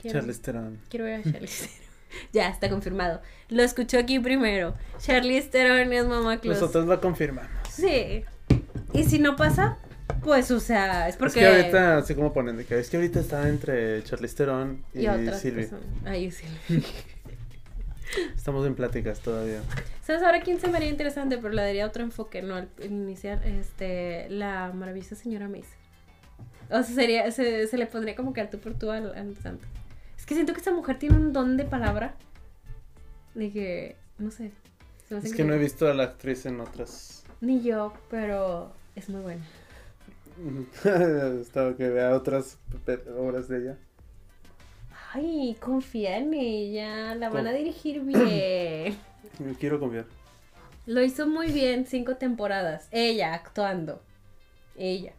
Speaker 1: quiero...
Speaker 3: Charles Theron.
Speaker 1: Quiero ver a Charlize <laughs> Ya, está confirmado. Lo escuchó aquí primero. Charlize Theron es Mamá Claus.
Speaker 4: Nosotros lo confirmamos.
Speaker 1: Sí. Y si no pasa, pues, o sea, es porque...
Speaker 3: Es que ahorita, así como ponen, de que es que ahorita está entre Charlize Theron y,
Speaker 1: Y otras
Speaker 3: Silvi.
Speaker 1: personas. Ay, Silvi.
Speaker 3: Estamos en pláticas todavía.
Speaker 1: <laughs> ¿Sabes ahora quién se me haría interesante? Pero le daría otro enfoque, ¿no? Al iniciar, este, la maravillosa señora Mace. O sea, sería, se, se le pondría como que al tú por tú al, al santo. Es que siento que esta mujer tiene un don de palabra. De que, no sé. se me hace
Speaker 3: Es que no he
Speaker 1: increíble.
Speaker 3: visto a la actriz en otras. <laughs>
Speaker 1: Ni yo, pero es muy buena.
Speaker 3: Estaba que vea otras pe- obras de ella.
Speaker 1: Ay, confía en ella, la van a
Speaker 3: Con-
Speaker 1: dirigir bien.
Speaker 3: Me quiero confiar.
Speaker 1: <clears throat> Lo hizo muy bien, cinco temporadas. Ella actuando. Ella.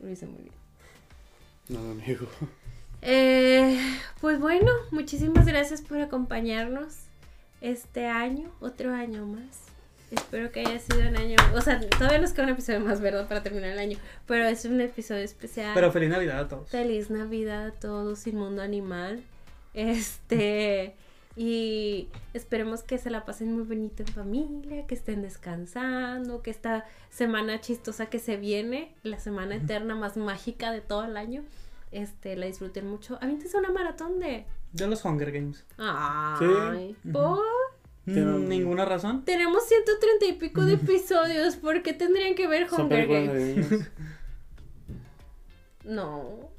Speaker 1: Lo hizo muy bien.
Speaker 3: No, amigo.
Speaker 1: Eh, pues bueno, muchísimas gracias por acompañarnos este año, otro año más. Espero que haya sido un año. O sea, todavía nos queda un episodio más, ¿verdad? Para terminar el año. Pero es un episodio especial.
Speaker 2: Pero feliz Navidad a todos.
Speaker 1: Feliz Navidad a todos, Inmundo Animal. Este. Y esperemos que se la pasen muy bonito en familia, que estén descansando, que esta semana chistosa que se viene, la semana eterna más mágica de todo el año, este, la disfruten mucho. Avíntense una maratón de.
Speaker 2: De los Hunger Games.
Speaker 1: Ay,
Speaker 2: Sí.
Speaker 1: ¿por?
Speaker 3: Pero-
Speaker 2: Mm, Ninguna razón.
Speaker 1: Tenemos 130 y pico de episodios. ¿Por qué tendrían que ver
Speaker 3: Son
Speaker 1: Hunger
Speaker 3: películas
Speaker 1: Games? <laughs>
Speaker 3: navideñas.
Speaker 1: No.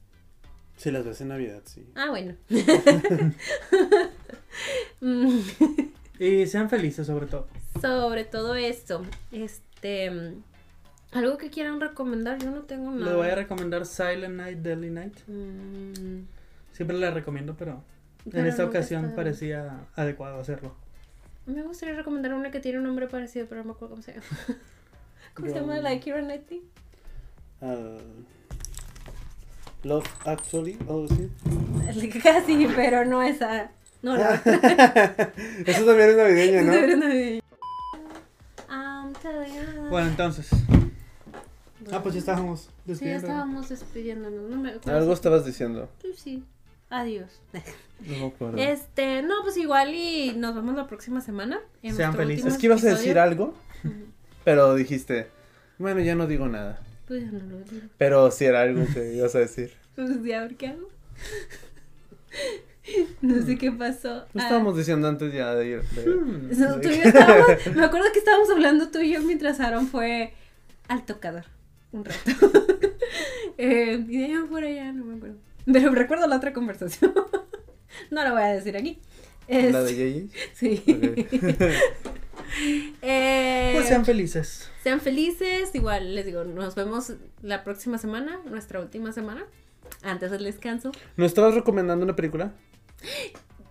Speaker 3: Si las ves en Navidad, sí.
Speaker 1: Ah,
Speaker 3: <laughs>
Speaker 1: bueno. <laughs> Mm.
Speaker 2: Y sean felices sobre todo.
Speaker 1: sobre todo esto, este, mm, algo que quieran recomendar, yo no tengo nada.
Speaker 2: Les voy a recomendar Silent Night, Deadly Night.
Speaker 1: Mm,
Speaker 2: Siempre la recomiendo, pero,
Speaker 1: pero
Speaker 2: en esta
Speaker 1: nunca
Speaker 2: ocasión
Speaker 1: está-
Speaker 2: parecía adecuado hacerlo.
Speaker 1: Me gustaría recomendar una que tiene un nombre parecido, pero no me acuerdo cómo se llama. <laughs> ¿Cómo se
Speaker 3: Yo-
Speaker 1: llama la de Kira Knightley? <laughs>
Speaker 3: Ah, Love Actually, algo así.
Speaker 1: Casi, pero no esa. No,
Speaker 2: <laughs>
Speaker 1: la
Speaker 3: Eso también es navideño,
Speaker 1: de
Speaker 3: ¿no?
Speaker 1: verdad <laughs> no. I'm telling you.
Speaker 2: Bueno, entonces. Ah, pues ya estábamos
Speaker 1: Sí, ya
Speaker 2: despidiendo.
Speaker 1: estábamos despidiéndonos. No me acuerdo.
Speaker 3: Algo estabas diciendo.
Speaker 1: Sí, sí. Adiós. <laughs>
Speaker 3: No me acuerdo.
Speaker 1: Este, no, pues igual y nos vemos la próxima semana. en
Speaker 2: Sean
Speaker 1: nuestro
Speaker 2: felices.
Speaker 1: último
Speaker 3: Es que ibas a
Speaker 1: episodio.
Speaker 3: decir algo,
Speaker 1: Ujú.
Speaker 3: pero dijiste, bueno, ya no digo nada.
Speaker 1: Pues ya no lo digo.
Speaker 3: Pero sí era algo <laughs> que ibas a decir.
Speaker 1: Pues ya, a ver qué hago. <laughs> No sé qué pasó.
Speaker 3: Lo
Speaker 1: Ah,
Speaker 3: estábamos diciendo antes ya de ir. de-
Speaker 2: Hmm.
Speaker 1: so- tú y yo estábamos- me acuerdo que estábamos hablando tú y yo mientras Aaron fue al tocador. Un rato. <laughs> eh, y de ahí por allá, no me acuerdo. Pero recuerdo la otra conversación. <laughs> no la voy a decir aquí.
Speaker 3: La de
Speaker 1: Este,
Speaker 3: Yeyi.
Speaker 1: Sí. <laughs> Eh,
Speaker 2: Pues sean felices.
Speaker 1: Sean felices, igual les digo, nos vemos la próxima semana, nuestra última semana, antes del descanso.
Speaker 3: ¿No estabas recomendando una película?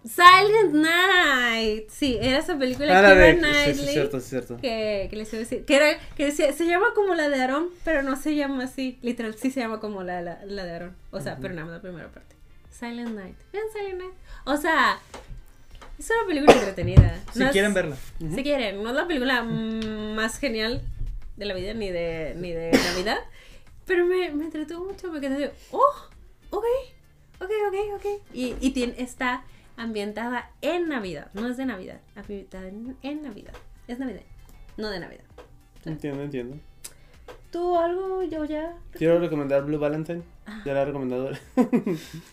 Speaker 1: Silent Night, sí, era esa película
Speaker 3: Ah, la
Speaker 1: Keira
Speaker 3: de. Sí, sí,
Speaker 1: Knightley,
Speaker 3: es cierto, sí,
Speaker 1: <laughs>
Speaker 3: es cierto.
Speaker 1: que, que les iba a decir, que, era, que se, se llama como la de Aaron, pero no se llama así, literal, sí se llama como la, la, la de Aaron, o sea, pero nada más la primera parte. Silent Night, vean Silent Night, o sea, es una película entretenida.
Speaker 2: Si
Speaker 1: no es-
Speaker 2: quieren verla.
Speaker 1: Si quieren, no es la película <laughs> mm, más genial de la vida ni de, ni de Navidad, pero me, me entretuvo mucho porque quedé, oh, ok, ok, ok, ok. Y, y tiene, está ambientada en Navidad, no es de Navidad, ambientada en, en Navidad. Es Navidad, no de Navidad.
Speaker 3: Entiendo, entiendo.
Speaker 1: ¿Tú algo, yo ya?
Speaker 3: Quiero recomendar Blue Valentine.
Speaker 1: Ah.
Speaker 3: Ya la he recomendado. <laughs>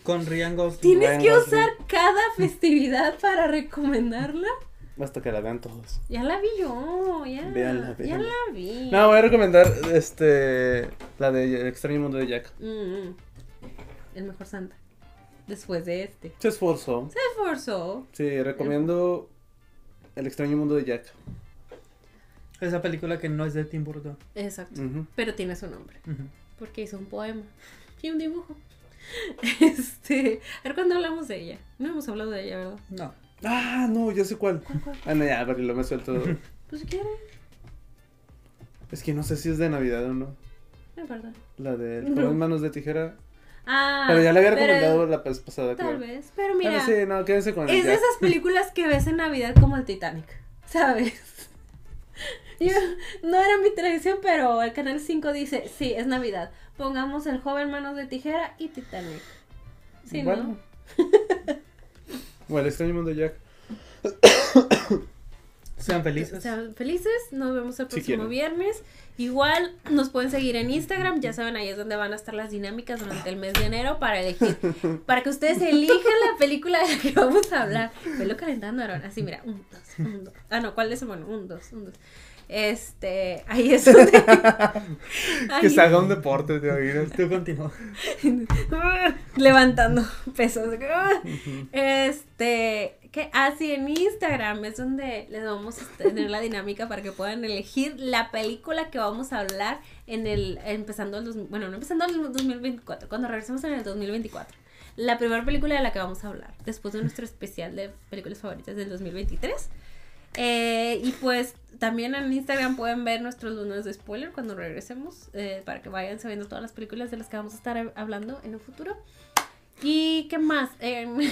Speaker 2: Con Ryan Gosling.
Speaker 1: ¿Tienes que
Speaker 3: Bueno, sí.
Speaker 1: usar cada festividad para recomendarla?
Speaker 3: Hasta que la vean todos.
Speaker 1: Ya la vi yo, ya.
Speaker 3: Véanla,
Speaker 1: Ya
Speaker 3: véanla.
Speaker 1: la vi.
Speaker 3: No, voy a recomendar este. La de El extraño mundo de Jack.
Speaker 1: Mm, mm. El mejor Santa. Después de este.
Speaker 3: Se esforzó.
Speaker 1: Se esforzó.
Speaker 3: Sí, recomiendo El extraño mundo de Jack.
Speaker 2: Esa película que no es de Tim Burton.
Speaker 1: Exacto.
Speaker 3: Ujú.
Speaker 1: Pero tiene su nombre.
Speaker 2: Ujú.
Speaker 1: Porque hizo un poema. Y un dibujo. <laughs> Este. A ver cuándo hablamos de ella. No hemos hablado de ella, ¿verdad?
Speaker 2: No.
Speaker 3: Ah, no, ya sé cuál.
Speaker 1: ¿Cuál, cuál?
Speaker 3: Ah, no, ya, porque lo
Speaker 1: <laughs>
Speaker 3: me suelto.
Speaker 1: Pues si quiere.
Speaker 3: es que no sé si es de Navidad o no.
Speaker 1: No importa.
Speaker 3: La de El joven manos de tijera.
Speaker 1: Ah.
Speaker 3: Pero ya la había
Speaker 1: pero-
Speaker 3: recomendado la vez pasada,
Speaker 1: Tal
Speaker 3: creo.
Speaker 1: vez. Pero
Speaker 3: Pero
Speaker 1: mira.
Speaker 3: sí, no, quédense con el
Speaker 1: Es de
Speaker 3: Jack.
Speaker 1: esas películas que ves en Navidad como el Titanic,
Speaker 3: <laughs>
Speaker 1: ¿sabes? Yo, no era mi tradición, pero el canal 5 dice, sí, es Navidad. Pongamos el joven manos de tijera y Titanic. Sí, <laughs>
Speaker 3: Bueno. O El extraño mundo de Jack.
Speaker 1: ¿no?
Speaker 2: Sean felices.
Speaker 1: Sean felices, nos vemos el
Speaker 3: Si
Speaker 1: próximo
Speaker 3: quieren.
Speaker 1: viernes. Igual nos pueden seguir en Instagram, ya saben, ahí es donde van a estar las dinámicas durante el mes de enero para
Speaker 3: <laughs>
Speaker 1: elegir, para que ustedes elijan la película de la que vamos a hablar. Velo calentando, Aaron. Así, mira, un, dos, un, dos. Ah, no, ¿cuál es el mono? Un, dos, un, dos. Este, ahí es donde.
Speaker 3: <laughs> Que
Speaker 1: Ahí-
Speaker 3: se haga un deporte, te imaginas.
Speaker 2: Tú continúa.
Speaker 1: <laughs> levantando pesos. Este, que así en Instagram es donde les vamos a tener la dinámica para que puedan elegir la película que vamos a hablar en el empezando el dos- bueno, no empezando el 2024, cuando regresemos en el 2024. La primera película de la que vamos a hablar después de nuestro especial de películas favoritas del 2023. Eh, y pues también en Instagram pueden ver nuestros lunes de spoiler cuando regresemos eh, para que vayan sabiendo todas las películas de las que vamos a estar hablando en un futuro. ¿Y qué más? En, <laughs>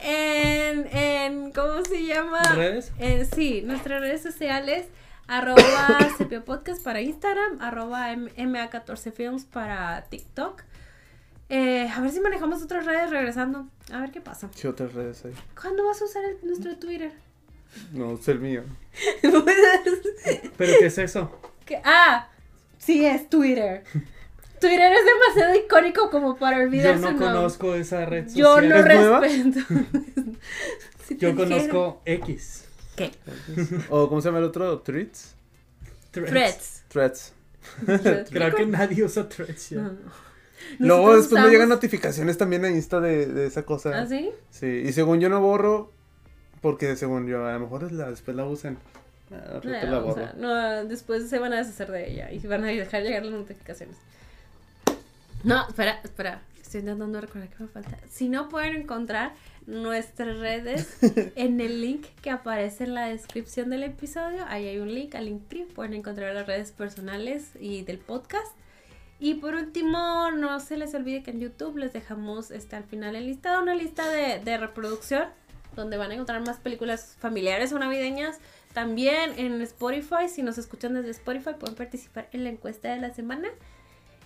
Speaker 1: en, en- ¿cómo se llama?
Speaker 2: ¿Redes?
Speaker 1: Eh, sí, nuestras redes sociales,
Speaker 2: <coughs>
Speaker 1: arroba CPO Podcast para Instagram, arroba M- MA14Films para TikTok. Eh, a ver si manejamos otras redes regresando. A ver qué pasa.
Speaker 3: ¿Qué otras redes hay?
Speaker 1: ¿Cuándo vas a usar el- nuestro
Speaker 2: <laughs>
Speaker 1: Twitter?
Speaker 3: No, es el mío.
Speaker 2: ¿Pero qué es eso?
Speaker 1: Que- Ah, sí es
Speaker 2: <laughs>
Speaker 1: Twitter. Twitter es demasiado icónico como para
Speaker 2: Yo
Speaker 1: olvidar
Speaker 2: no
Speaker 1: su nombre.
Speaker 2: conozco esa red social.
Speaker 1: Yo no
Speaker 3: ¿Es nueva?
Speaker 1: respeto.
Speaker 2: <laughs>
Speaker 1: Si te
Speaker 2: Yo
Speaker 1: dijera-
Speaker 2: conozco X.
Speaker 1: ¿Qué?
Speaker 3: ¿O cómo se llama el otro? ¿Threads?
Speaker 1: Threads.
Speaker 3: Threads.
Speaker 2: <laughs> Creo que nadie usa threads ya.
Speaker 1: No, no.
Speaker 3: Luego
Speaker 1: Nosotros
Speaker 3: después me llegan
Speaker 1: usamos-
Speaker 3: notificaciones también a Insta de, de esa cosa.
Speaker 1: ¿Ah, sí?
Speaker 3: Sí, y según yo no borro, porque según yo, a lo mejor es la, después la usan. Ah, al rato la
Speaker 1: No, o
Speaker 3: borro.
Speaker 1: sea, no, después se van a deshacer de ella y van a dejar llegar las notificaciones. No, espera, espera. Estoy intentando recordar qué me falta. Si no pueden encontrar nuestras
Speaker 3: <laughs>
Speaker 1: redes en el link que aparece en la descripción del episodio, ahí hay un link al Linktree. Pueden encontrar las redes personales y del podcast. Y por último, no se les olvide que en YouTube les dejamos este, al final el listado, una lista de, de reproducción donde van a encontrar más películas familiares o navideñas. También en Spotify, si nos escuchan desde Spotify, pueden participar en la encuesta de la semana.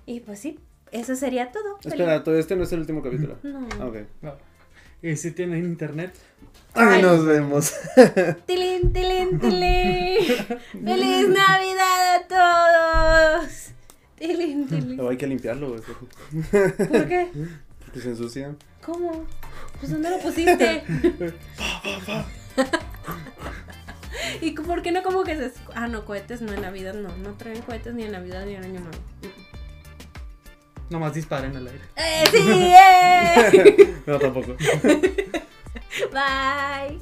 Speaker 1: Y pues sí, eso sería todo.
Speaker 3: Espera, todo este no es el último capítulo.
Speaker 1: No.
Speaker 3: Ah, Ok.
Speaker 2: No. Y si tienen internet,
Speaker 3: Ay,
Speaker 1: Ay.
Speaker 3: nos vemos.
Speaker 1: Tilín, tilín,
Speaker 3: <laughs>
Speaker 1: tilín. ¡Feliz Navidad a todos! Tilín, tilín.
Speaker 3: Luego hay que limpiarlo, güey,
Speaker 1: ¿Por qué?
Speaker 3: porque se ensucia.
Speaker 1: ¿Cómo? Pues ¿dónde lo <laughs> pusiste? ¿Y cu- por qué no como que se... escu- Ah, no, cohetes no, en Navidad no. No traen cohetes ni en Navidad ni en Año Nuevo.
Speaker 2: nomás disparen al aire.
Speaker 1: ¡Eh, sí! <laughs> ¡Eh!
Speaker 3: No, tampoco.
Speaker 1: Bye.